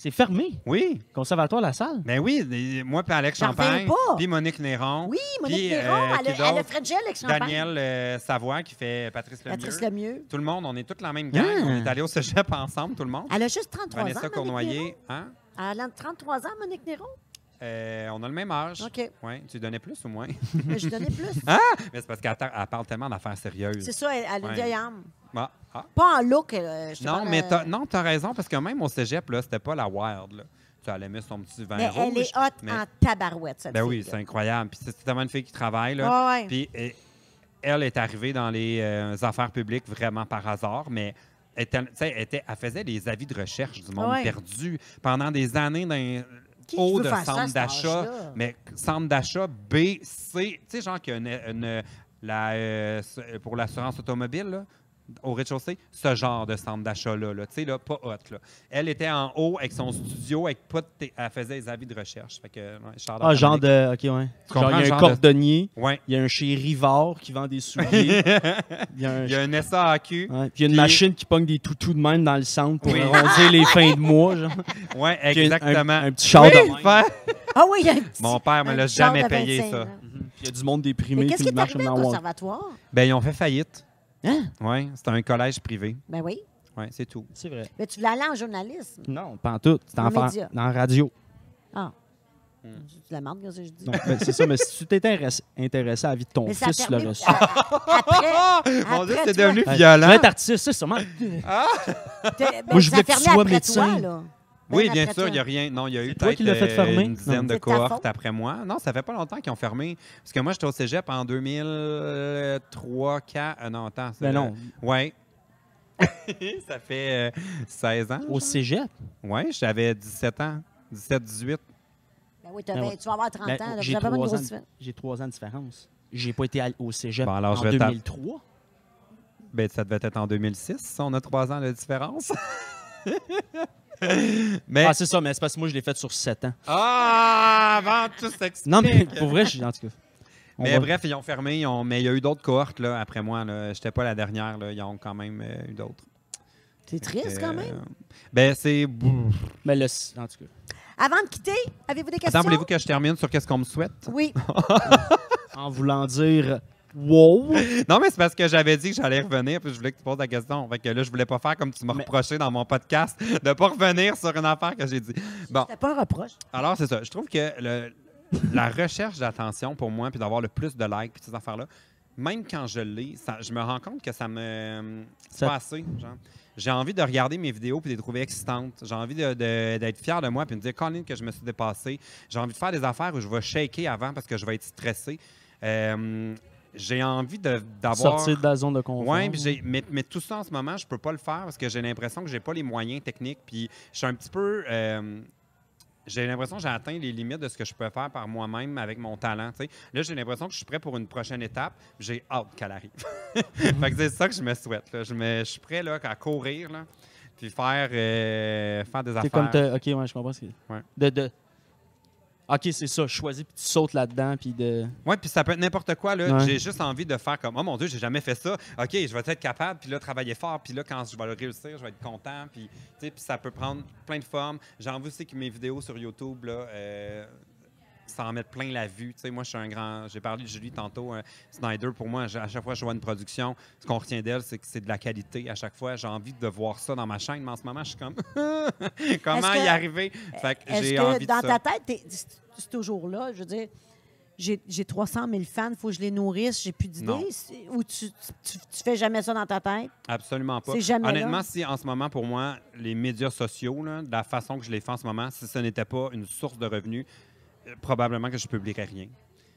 Speaker 1: C'est fermé.
Speaker 2: Oui.
Speaker 1: Conservatoire La Salle.
Speaker 2: Ben oui, les- moi puis Alex
Speaker 3: J'en reviens
Speaker 2: Champagne,
Speaker 3: pas.
Speaker 2: puis Monique Néron,
Speaker 3: Oui, Monique
Speaker 2: Puis,
Speaker 3: Néron,
Speaker 2: euh,
Speaker 3: elle,
Speaker 2: qui
Speaker 3: a- elle a
Speaker 2: d'autre?
Speaker 3: Frenchel avec Champagne.
Speaker 2: Daniel euh, Savoie qui fait Patrice Lemieux.
Speaker 3: Patrice Lemieux.
Speaker 2: Tout le monde, on est toute la même gang.
Speaker 1: Ah.
Speaker 2: On est allé au cégep ensemble, tout le monde.
Speaker 3: Elle a juste 33 ans.
Speaker 2: Vanessa
Speaker 3: Monique Néron.
Speaker 2: Cournoyer, hein?
Speaker 3: Elle a 33 ans, Monique Néron.
Speaker 2: Euh, on a le même âge.
Speaker 3: OK.
Speaker 2: Ouais, tu donnais plus ou moins?
Speaker 3: Mais je donnais plus.
Speaker 2: Mais c'est parce qu'elle tar- elle parle tellement d'affaires sérieuses.
Speaker 3: C'est ça, elle, elle a une
Speaker 2: Ouais.
Speaker 3: vieille âme.
Speaker 2: Ah, ah.
Speaker 3: Pas en look. euh, je te
Speaker 2: Non,
Speaker 3: parle,
Speaker 2: mais
Speaker 3: euh,
Speaker 2: t'as, non, t'as raison, parce que même au cégep, là, c'était pas la wild. là. Tu allais mettre son petit vin
Speaker 3: Mais
Speaker 2: Ben, rouge.
Speaker 3: elle est hot
Speaker 2: mais-
Speaker 3: en tabarouette, cette
Speaker 2: Ben
Speaker 3: fille.
Speaker 2: oui, c'est incroyable. Puis c'est c'est tellement une fille qui travaille. Là.
Speaker 3: Ouais, ouais.
Speaker 2: Puis et- elle est arrivée dans les euh, affaires publiques vraiment par hasard, mais elle, était- tu sais, elle était- elle faisait des avis de recherche du monde
Speaker 3: Ouais.
Speaker 2: perdu pendant des années dans un
Speaker 3: Qui
Speaker 2: haut
Speaker 3: veut
Speaker 2: de
Speaker 3: faire ça à
Speaker 2: centre
Speaker 3: cet
Speaker 2: d'achat.
Speaker 3: âge-là?
Speaker 2: Mais centre d'achat B, C, tu sais, genre qu'il y a une- une- la, euh, s- pour l'assurance automobile, là, au rez-de-chaussée, ce genre de centre d'achat-là, là, tu sais, là, pas hot. Là. Elle était en haut avec son studio, avec pas de té- elle faisait des avis de recherche. Fait que, ouais, shout-out
Speaker 1: Ah,
Speaker 2: à
Speaker 1: genre
Speaker 2: Monique.
Speaker 1: de. OK, ouais. Genre,
Speaker 2: comprends,
Speaker 1: il y a un
Speaker 2: genre de-
Speaker 1: cordonnier,
Speaker 2: Ouais.
Speaker 1: il y a un chez Rivard qui vend des souliers. Il y a un.
Speaker 2: Il y a un
Speaker 1: Ouais, puis
Speaker 2: SAAQ.
Speaker 1: il y a une
Speaker 2: Puis-
Speaker 1: machine qui pogne des toutous de même dans le centre pour
Speaker 2: Oui.
Speaker 1: arrondir les fins de mois. Genre.
Speaker 2: Ouais,
Speaker 1: Puis il y a un-
Speaker 2: exactement.
Speaker 1: Un, un petit char de
Speaker 2: Oui,
Speaker 1: même.
Speaker 2: père-
Speaker 3: Ah oui, il y a un petit-
Speaker 2: Mon père me
Speaker 3: un
Speaker 2: l'a
Speaker 3: petit genre
Speaker 2: jamais
Speaker 3: de
Speaker 2: payé,
Speaker 3: 25,
Speaker 2: ça.
Speaker 3: là.
Speaker 1: Puis Il y a du monde déprimé
Speaker 3: Mais
Speaker 1: qui
Speaker 3: qu'est-ce qui est
Speaker 1: marche
Speaker 3: arrivé
Speaker 1: dans
Speaker 3: au
Speaker 1: le
Speaker 3: conservatoire?
Speaker 2: Ben, ils ont fait faillite.
Speaker 1: Hein?
Speaker 2: Ouais, c'était un collège privé.
Speaker 3: Ben oui.
Speaker 2: Ouais, c'est tout.
Speaker 1: C'est vrai.
Speaker 3: Mais tu voulais aller en journalisme.
Speaker 1: Non, pas en tout. C'est en,
Speaker 3: En
Speaker 1: fa-
Speaker 3: médias.
Speaker 1: dans la radio.
Speaker 3: Ah. Tu te la marques, qu'est-ce que je dis.
Speaker 1: Donc, ben, c'est ça, mais si tu t'étais intéressé- intéressé à la vie de ton
Speaker 3: Mais ça a
Speaker 1: fils, tu
Speaker 3: permis-
Speaker 1: l'aurais su.
Speaker 3: Après,
Speaker 2: Ah! Mon Dieu,
Speaker 3: Eh, après
Speaker 2: c'est
Speaker 3: toi.
Speaker 2: devenu
Speaker 1: Ouais.
Speaker 2: violent.
Speaker 1: Tu vas être artiste, ça, sûrement.
Speaker 3: t'es- ben,
Speaker 1: Moi, je
Speaker 3: ça
Speaker 1: voulais que tu
Speaker 3: fermait
Speaker 1: sois
Speaker 3: après toi,
Speaker 1: médecin.
Speaker 3: là.
Speaker 2: Oui,
Speaker 3: Ben,
Speaker 2: bien
Speaker 3: après
Speaker 2: sûr,
Speaker 3: toi.
Speaker 2: il n'y a rien. Non, il y a eu
Speaker 1: toi qui
Speaker 2: peut-être,
Speaker 1: l'as fait
Speaker 2: euh,
Speaker 1: fermer?
Speaker 2: une dizaine
Speaker 1: Non.
Speaker 2: de
Speaker 3: C'est ta
Speaker 2: cohortes
Speaker 3: faute.
Speaker 2: après moi. Non, ça fait pas longtemps qu'ils ont fermé. Parce que moi, j'étais au cégep en 2003, 4. euh, non, attends. c'est
Speaker 1: Ben
Speaker 2: le-
Speaker 1: non.
Speaker 2: Ouais. ça fait euh, 16 ans.
Speaker 1: Au cégep.
Speaker 2: Ouais, j'avais 17 ans. 17, 18.
Speaker 3: Ben oui, t'as
Speaker 1: Ben
Speaker 3: vingt-
Speaker 1: ouais.
Speaker 3: tu vas avoir 30
Speaker 1: Ben,
Speaker 3: ans. là,
Speaker 1: j'ai
Speaker 3: vous avez une
Speaker 1: trois
Speaker 3: grosse
Speaker 1: ans,
Speaker 3: différence.
Speaker 1: j'ai trois ans de différence. J'ai pas été à- au cégep
Speaker 2: Bon, alors,
Speaker 1: en
Speaker 2: je vais taper.
Speaker 1: 2003.
Speaker 2: Ben, ça devait être en 2006. ça, On a trois ans de différence. mais.
Speaker 1: Ah, c'est ça, mais c'est parce que moi, je l'ai fait sur 7 ans.
Speaker 2: Ah, avant tout s'explique.
Speaker 1: Non, mais pour vrai, je- en tout cas. on
Speaker 2: Mais
Speaker 1: va-
Speaker 2: bref, ils ont fermé. ils ont- Mais il y a eu d'autres cohortes là, après moi. Je n'étais pas la dernière. là, Ils ont quand même euh, eu d'autres.
Speaker 3: C'est triste,
Speaker 2: Euh,
Speaker 3: quand même.
Speaker 2: Ben, c'est.
Speaker 1: Mais le, en tout cas.
Speaker 3: Avant de quitter, avez-vous des questions?
Speaker 2: Attends, voulez-vous que je termine sur qu'est-ce qu'on me souhaite?
Speaker 3: Oui.
Speaker 1: En voulant dire wow.
Speaker 2: Non, mais c'est parce que j'avais dit que j'allais revenir, puis je voulais que tu poses la question. Fait que là, je voulais pas faire comme tu m'as
Speaker 1: Mais-
Speaker 2: reproché dans mon podcast de pas revenir sur une affaire que j'ai dit. Bon.
Speaker 3: C'était pas un reproche.
Speaker 2: Alors, c'est ça. Je trouve que le- la recherche d'attention pour moi, puis d'avoir le plus de likes, puis ces affaires-là, même quand je lis, je me rends compte que ça me. C'est
Speaker 1: Ça-
Speaker 2: pas assez, genre. J'ai envie de regarder mes vidéos puis de les trouver excitantes. J'ai envie de- de- d'être fier de moi puis de me dire, Colin, que je me suis dépassé. J'ai envie de faire des affaires où je vais shaker avant parce que je vais être stressé. Euh, j'ai envie de- d'avoir.
Speaker 1: Sortir de la zone de confort.
Speaker 2: Oui, mais, mais tout ça en ce moment, je peux pas le faire parce que j'ai l'impression que j'ai pas les moyens techniques. Puis je suis un petit peu. euh, j'ai l'impression que j'ai atteint les limites de ce que je peux faire par moi-même avec mon talent. tu sais. Là, j'ai l'impression que je suis prêt pour une prochaine étape. J'ai hâte qu'elle arrive. fait que c'est ça que je me souhaite. là. Je, me, je suis prêt là, à courir, là, puis faire, euh, faire des
Speaker 1: C'est
Speaker 2: affaires.
Speaker 1: comme. te- Ok, ouais, je comprends ce que.
Speaker 2: Ouais.
Speaker 1: De, de... Ok, c'est ça. Je choisis, puis tu sautes là-dedans, puis de.
Speaker 2: Oui, puis ça peut être n'importe quoi. là.
Speaker 1: Ouais.
Speaker 2: J'ai juste envie de faire comme, oh mon Dieu, j'ai jamais fait ça. OK, je vais être capable. Puis là, travailler fort. Puis là, quand je vais le réussir, je vais être content. Puis, tu sais, puis ça peut prendre plein de formes. J'ai envie aussi que mes vidéos sur YouTube, là, euh, ça en mette plein la vue. Tu sais, moi, je suis un grand. J'ai parlé de Julie tantôt. euh, Snyder, pour moi, j'ai- à chaque fois que je vois une production, ce qu'on retient d'elle, c'est que c'est de la qualité à chaque fois. J'ai envie de voir ça dans ma chaîne, mais en ce moment, je suis comme. Comment
Speaker 3: Est-ce
Speaker 2: y
Speaker 3: que-
Speaker 2: arriver? Fait que
Speaker 3: Est-ce
Speaker 2: j'ai
Speaker 3: que
Speaker 2: envie de
Speaker 3: dans
Speaker 2: ça.
Speaker 3: ta tête, t'es- c'est- c'est toujours là? Je veux dire, j'ai j'ai 300 000 fans, il faut que je les nourrisse, j'ai plus
Speaker 2: Non.
Speaker 3: d'idées. C'est- Ou tu, tu, tu fais jamais ça dans ta tête?
Speaker 2: Absolument pas.
Speaker 3: C'est jamais
Speaker 2: Honnêtement,
Speaker 3: là.
Speaker 2: si en ce moment, pour moi, les médias sociaux, là, de la façon que je les fais en ce moment, si ce n'était pas une source de revenus, euh, probablement que je publierai rien.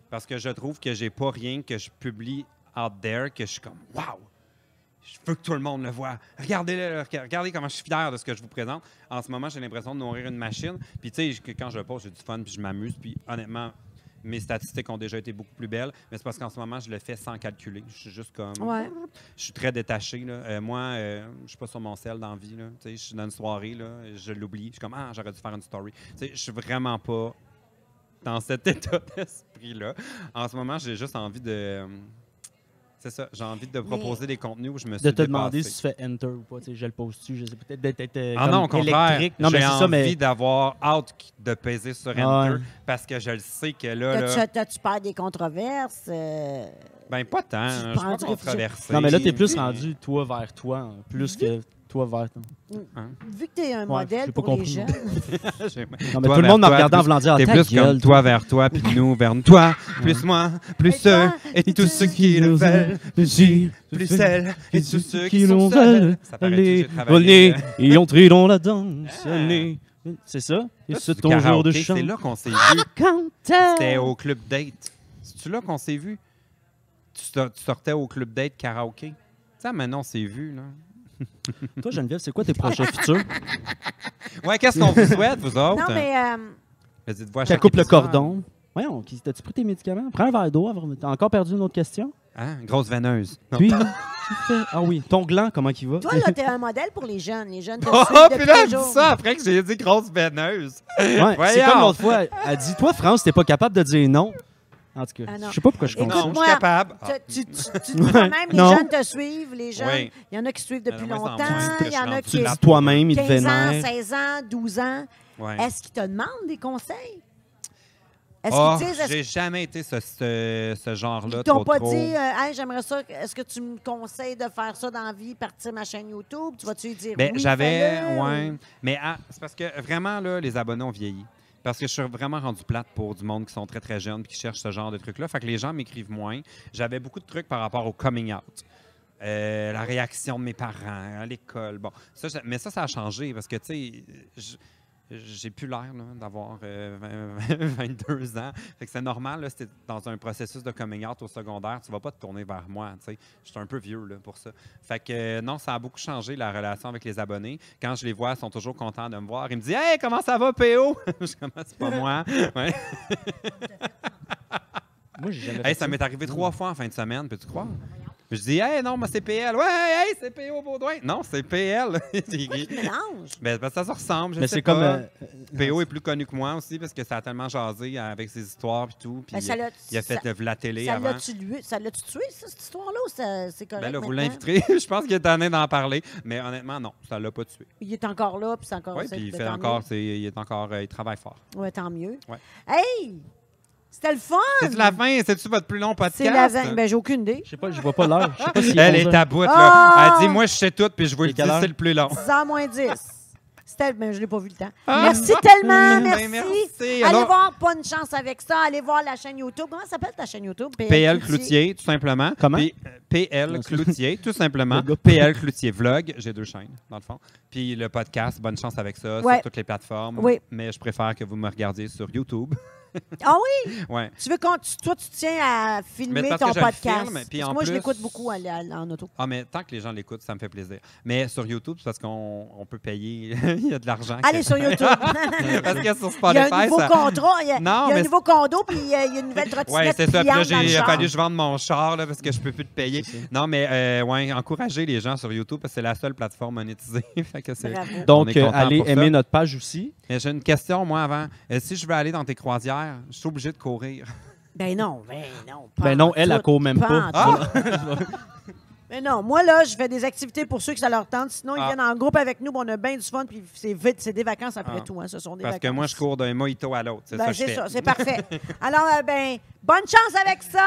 Speaker 2: Parce que je trouve que j'ai pas rien que je publie out there que je suis comme Wow! Je veux que tout le monde le voit. Regardez-le, rega- regardez comment je suis fier de ce que je vous présente. En ce moment, j'ai l'impression de nourrir une machine. Puis, tu sais, je- quand je le pose, j'ai du fun, puis je m'amuse. Puis, honnêtement, mes statistiques ont déjà été beaucoup plus belles. Mais c'est parce qu'en ce moment, je le fais sans calculer. Je suis juste comme.
Speaker 3: Ouais.
Speaker 2: Je suis très détaché. Là. Euh, moi, euh, je suis pas sur mon sel dans la vie. là. Tu sais, Je suis dans une soirée, là, je l'oublie. Je suis comme, ah, j'aurais dû faire une story. Tu sais, Je suis vraiment pas dans cet état d'esprit-là. En ce moment, j'ai juste envie de. euh, C'est ça, j'ai envie de proposer des contenus où je me suis
Speaker 1: De te demander si
Speaker 2: dépassé.
Speaker 1: tu fais enter ou pas. tu sais, Je le pose-tu, je sais peut-être d'être euh,
Speaker 2: Ah
Speaker 1: comme
Speaker 2: non, au contraire,
Speaker 1: électrique. Non, mais
Speaker 2: j'ai
Speaker 1: c'est
Speaker 2: envie
Speaker 1: ça, mais.
Speaker 2: d'avoir hâte qu- de peser sur
Speaker 1: Ouais.
Speaker 2: Enter parce que je le sais que là, là
Speaker 3: T'as-tu- T'as-tu peur des controverses? euh,
Speaker 2: ben pas tant,
Speaker 3: Tu
Speaker 2: hein, je suis pas
Speaker 3: penses-
Speaker 2: controversé.
Speaker 1: Non, mais là, t'es plus rendu toi vers toi, hein, plus que toi vers toi.
Speaker 3: vu que t'es un
Speaker 1: j'ai
Speaker 3: modèle
Speaker 1: pas
Speaker 3: pour les
Speaker 1: compris,
Speaker 3: gens.
Speaker 1: moi.
Speaker 2: J'ai-
Speaker 1: Non, mais
Speaker 2: Toi
Speaker 1: tout le
Speaker 2: vers
Speaker 1: monde m'a
Speaker 2: toi,
Speaker 1: regardé en
Speaker 2: plus-
Speaker 1: voulant dire
Speaker 2: T'es
Speaker 1: Ah, ta
Speaker 2: plus
Speaker 1: gueule,
Speaker 2: comme toi vers toi, puis nous vers nous. toi, plus moi, plus
Speaker 3: Et
Speaker 2: eux,
Speaker 3: toi,
Speaker 2: et tous ceux qui le veulent, plus celles, et tous ceux qui sont seuls. Ça paraît que j'ai travaillé. euh,
Speaker 1: ils ont pris dans la danse.
Speaker 2: Ah. allez.
Speaker 1: C'est ça? Et
Speaker 2: là,
Speaker 1: c'est
Speaker 2: du
Speaker 1: ton jour de
Speaker 2: karaoké,
Speaker 1: chant.
Speaker 2: C'est là qu'on s'est vu. C'était
Speaker 3: Quand
Speaker 2: au club date. C'est-tu là qu'on s'est vu? Tu so- tu sortais au club date karaoké. Ça, maintenant, on s'est vu. Là.
Speaker 1: Toi, Geneviève, c'est quoi tes projets futurs?
Speaker 2: Ouais, qu'est-ce qu'on vous souhaite, vous autres?
Speaker 3: Non, mais euh,
Speaker 2: Mais dites-vous à
Speaker 1: Tu
Speaker 2: chaque
Speaker 1: coupes le
Speaker 2: épisode.
Speaker 1: cordon. Voyons, qui- t'as-tu pris tes médicaments? Prends un verre d'eau. avant- T'as encore perdu une autre question?
Speaker 2: Hein? Grosse veineuse. Non.
Speaker 1: Puis, ah oui, ton gland, comment il va?
Speaker 3: toi, là, t'es un modèle pour les jeunes. Les jeunes te
Speaker 2: Oh,
Speaker 3: suivent
Speaker 2: puis
Speaker 3: depuis
Speaker 2: là, elle
Speaker 3: toujours.
Speaker 2: dit ça après que j'ai dit grosse veineuse.
Speaker 1: Ouais, c'est
Speaker 2: Voyons.
Speaker 1: comme l'autre fois. Elle dit, toi, France, t'es pas capable de dire non. En tout cas,
Speaker 3: Ah non.
Speaker 1: je sais pas pourquoi je
Speaker 3: Écoute,
Speaker 1: comprends.
Speaker 2: non, je
Speaker 3: moi,
Speaker 2: suis capable. Ah.
Speaker 3: Tu, tu, tu- tu- toi-même, les
Speaker 1: Non.
Speaker 3: jeunes te suivent, les jeunes. Il
Speaker 2: Oui.
Speaker 3: y en a qui suivent depuis
Speaker 2: Mais non, moi,
Speaker 3: longtemps,
Speaker 2: c'est en moins que
Speaker 3: il y en
Speaker 2: je
Speaker 3: a
Speaker 2: rentre
Speaker 1: Tu
Speaker 3: qui
Speaker 1: le
Speaker 2: là.
Speaker 1: dis toi-même, il te
Speaker 3: 15 ans,
Speaker 1: vénère.
Speaker 3: 16 ans, 12 ans.
Speaker 2: Ouais.
Speaker 3: Est-ce qu'ils te demandent des conseils? Est-ce
Speaker 2: Oh,
Speaker 3: qu'ils disent, est-ce
Speaker 2: j'ai jamais été ce, ce, ce genre-là.
Speaker 3: qu'ils t'ont
Speaker 2: trop,
Speaker 3: pas
Speaker 2: trop.
Speaker 3: dit, euh, Hey, j'aimerais ça, est-ce que tu me conseilles de faire ça dans la vie, partir ma chaîne YouTube? Tu vas-tu lui dire
Speaker 2: Ben,
Speaker 3: oui,
Speaker 2: j'avais,
Speaker 3: fais-le?
Speaker 2: ouais. Mais ah, c'est parce que vraiment, là, les abonnés ont vieilli. Parce que je suis vraiment rendu plate pour du monde qui sont très, très jeunes qui cherchent ce genre de trucs-là. Fait que les gens m'écrivent moins. J'avais beaucoup de trucs par rapport au coming out. Euh, la réaction de mes parents à l'école. Bon, ça, ça- mais ça, ça a changé parce que, tu sais, je- j'ai plus l'air là, d'avoir euh, 20, 22 ans. Fait que c'est normal, là, si t'es dans un processus de coming out au secondaire, tu vas pas te tourner vers moi. tu sais. Je suis un peu vieux là, pour ça. Fait que euh, non, ça a beaucoup changé la relation avec les abonnés. Quand je les vois, ils sont toujours contents de me voir. Ils me disent Hey, comment ça va, PO Je commence pas moi. Ouais.
Speaker 1: Moi, j'ai jamais
Speaker 2: Hey,
Speaker 1: fait Mmh.
Speaker 2: ça m'est arrivé trois fois en fin de semaine, peux-tu croire? Je dis, hey, non, mais c'est PL. Ouais, hey, c'est PO Baudouin. Non, c'est PL.
Speaker 3: Mélange.
Speaker 2: ben, parce que ça se ressemble. Je
Speaker 1: Mais
Speaker 2: sais
Speaker 1: c'est comme.
Speaker 2: pas.
Speaker 1: euh,
Speaker 2: PO est plus connu que moi aussi parce que ça a tellement jasé avec ses histoires et tout. Puis
Speaker 3: Ben, ça l'a-
Speaker 2: il a fait
Speaker 3: ça-
Speaker 2: de la télé
Speaker 3: Ça
Speaker 2: avant.
Speaker 3: l'a-tu lu- ça l'a-tu tué, ça, cette histoire-là, ou ça- c'est correct?
Speaker 2: Ben là, vous
Speaker 3: maintenant?
Speaker 2: l'inviterez. je pense qu'il est tanné d'en parler. Mais honnêtement, non, ça l'a pas tué.
Speaker 3: Il est encore là, puis c'est encore.
Speaker 2: Oui,
Speaker 3: c'est-
Speaker 2: puis il
Speaker 3: ben,
Speaker 2: fait
Speaker 3: tant
Speaker 2: encore, c'est- il est encore, euh, il travaille fort.
Speaker 3: mieux. Ouais, tant mieux.
Speaker 2: Ouais.
Speaker 3: Hey! C'était le fun!
Speaker 2: C'est la fin, c'est-tu votre plus long podcast?
Speaker 3: C'est la veine. Ben, j'ai aucune idée.
Speaker 1: Je sais pas, je vois pas l'heure. Je sais pas si.
Speaker 2: Elle est à bout,
Speaker 3: Ah!
Speaker 2: là. Elle dit, moi, je sais tout, puis je vous
Speaker 1: C'est
Speaker 2: le dis,
Speaker 1: quelle heure?
Speaker 2: c'est le plus long.
Speaker 3: 10 ans moins 10. C'était, ben, je l'ai pas vu le temps.
Speaker 2: Ah!
Speaker 3: Merci tellement,
Speaker 2: Ben,
Speaker 3: merci.
Speaker 2: merci.
Speaker 3: Allez
Speaker 2: Alors-
Speaker 3: voir Pas une chance avec ça. Allez voir la chaîne YouTube. Comment s'appelle ta chaîne YouTube?
Speaker 2: PL Cloutier, tout simplement.
Speaker 1: Comment?
Speaker 2: P- euh, PL Cloutier, tout simplement.
Speaker 1: Le gars.
Speaker 2: PL Cloutier Vlog, j'ai deux chaînes, dans le fond. Puis le podcast, bonne chance avec ça,
Speaker 3: Ouais.
Speaker 2: sur toutes les plateformes.
Speaker 3: Oui.
Speaker 2: Mais je préfère que vous me regardiez sur YouTube.
Speaker 3: Ah oui?
Speaker 2: ouais.
Speaker 3: Tu veux qu'on, tu- toi, tu tiens à filmer
Speaker 2: Mais parce
Speaker 3: ton
Speaker 2: que je le
Speaker 3: podcast.
Speaker 2: filme, puis
Speaker 3: Parce que
Speaker 2: en
Speaker 3: moi, je
Speaker 2: plus-
Speaker 3: l'écoute beaucoup à la- en auto.
Speaker 2: Ah, mais tant que les gens l'écoutent, ça me fait plaisir. Mais sur YouTube, c'est parce qu'on on peut payer. Il y a de l'argent. qui-
Speaker 3: Allez sur YouTube.
Speaker 2: parce que sur
Speaker 3: il y a
Speaker 2: Spotify,
Speaker 3: un nouveau
Speaker 2: ça.
Speaker 3: contrat, il y a,
Speaker 2: Non,
Speaker 3: il y a un
Speaker 2: mais-
Speaker 3: nouveau condo, puis il y a il y a une nouvelle trottinette
Speaker 2: Ouais, c'est ça. Puis là,
Speaker 3: pliante dans le
Speaker 2: j'ai
Speaker 3: char.
Speaker 2: fallu que je vende mon char là, parce que je peux plus te payer.
Speaker 1: C'est ça.
Speaker 2: Non, mais euh, ouais, encourager les gens sur YouTube parce que c'est la seule plateforme monétisée. Fait que c'est-
Speaker 3: Bravo.
Speaker 2: on
Speaker 1: Donc,
Speaker 2: est
Speaker 1: euh,
Speaker 2: content
Speaker 1: allez
Speaker 2: pour ça.
Speaker 1: aimer notre page aussi.
Speaker 2: Mais j'ai une question, moi, avant. Euh, si je veux aller dans tes croisières, je suis obligé de courir.
Speaker 3: Ben non, ben non. pas
Speaker 1: Ben non,
Speaker 3: en
Speaker 1: elle, elle
Speaker 3: tout,
Speaker 1: court même pas.
Speaker 3: en
Speaker 1: Ah!
Speaker 3: tout. Mais non, moi, là, je fais des activités pour ceux que ça leur tente. Sinon, ils
Speaker 2: Ah.
Speaker 3: viennent en groupe avec nous, puis on a bien du fun, puis c'est vite, c'est des vacances après
Speaker 2: Ah.
Speaker 3: tout. Hein, ce sont des
Speaker 2: Parce
Speaker 3: vacances.
Speaker 2: que moi, je cours d'un mojito à l'autre. C'est
Speaker 3: Ben,
Speaker 2: ça que je
Speaker 3: c'est
Speaker 2: fais.
Speaker 3: ça, c'est parfait. Alors, euh, ben, bonne chance avec ça!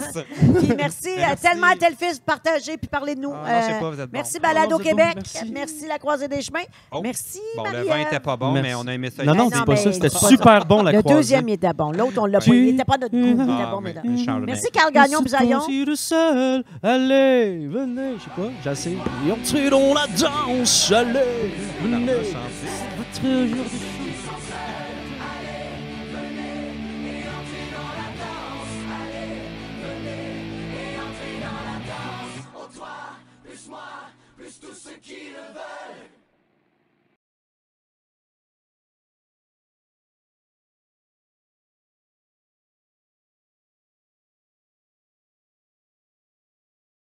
Speaker 2: Yes!
Speaker 3: Puis merci,
Speaker 2: Ben,
Speaker 3: euh,
Speaker 2: merci.
Speaker 3: tellement à tel fils, partagez puis parlez de nous. Euh,
Speaker 2: Ah, non, je sais pas, vous êtes bons.
Speaker 3: merci
Speaker 1: Ah, non,
Speaker 3: Balado
Speaker 1: vous êtes
Speaker 3: Québec,
Speaker 1: bons,
Speaker 3: merci.
Speaker 1: merci.
Speaker 3: La Croisée des Chemins,
Speaker 2: Oh.
Speaker 3: merci
Speaker 2: Bon, le
Speaker 3: Marie-Ève.
Speaker 2: vin était pas bon,
Speaker 1: Merci.
Speaker 2: mais on a aimé ça.
Speaker 1: Non, non,
Speaker 3: non,
Speaker 1: dis pas
Speaker 3: mais
Speaker 1: ça. C'était
Speaker 3: c'est pas
Speaker 1: super bon, la
Speaker 3: Le
Speaker 1: croisée.
Speaker 3: deuxième, il était bon. L'autre, on l'a
Speaker 1: Tu-
Speaker 3: pas. Il était pas notre goût, il était
Speaker 2: Ah,
Speaker 3: bon, mais
Speaker 2: mais-
Speaker 3: non.
Speaker 2: Charlemagne.
Speaker 3: Merci Carl Gagnon,
Speaker 1: Et si
Speaker 3: Bisaillon.
Speaker 1: ton tir est seul, allez, venez. Je sais pas, j'essaie. Et on tire dans la danse, allez, venez.
Speaker 2: Chanté.
Speaker 1: Votre jour de chance.
Speaker 4: plus tous ceux qui le veulent.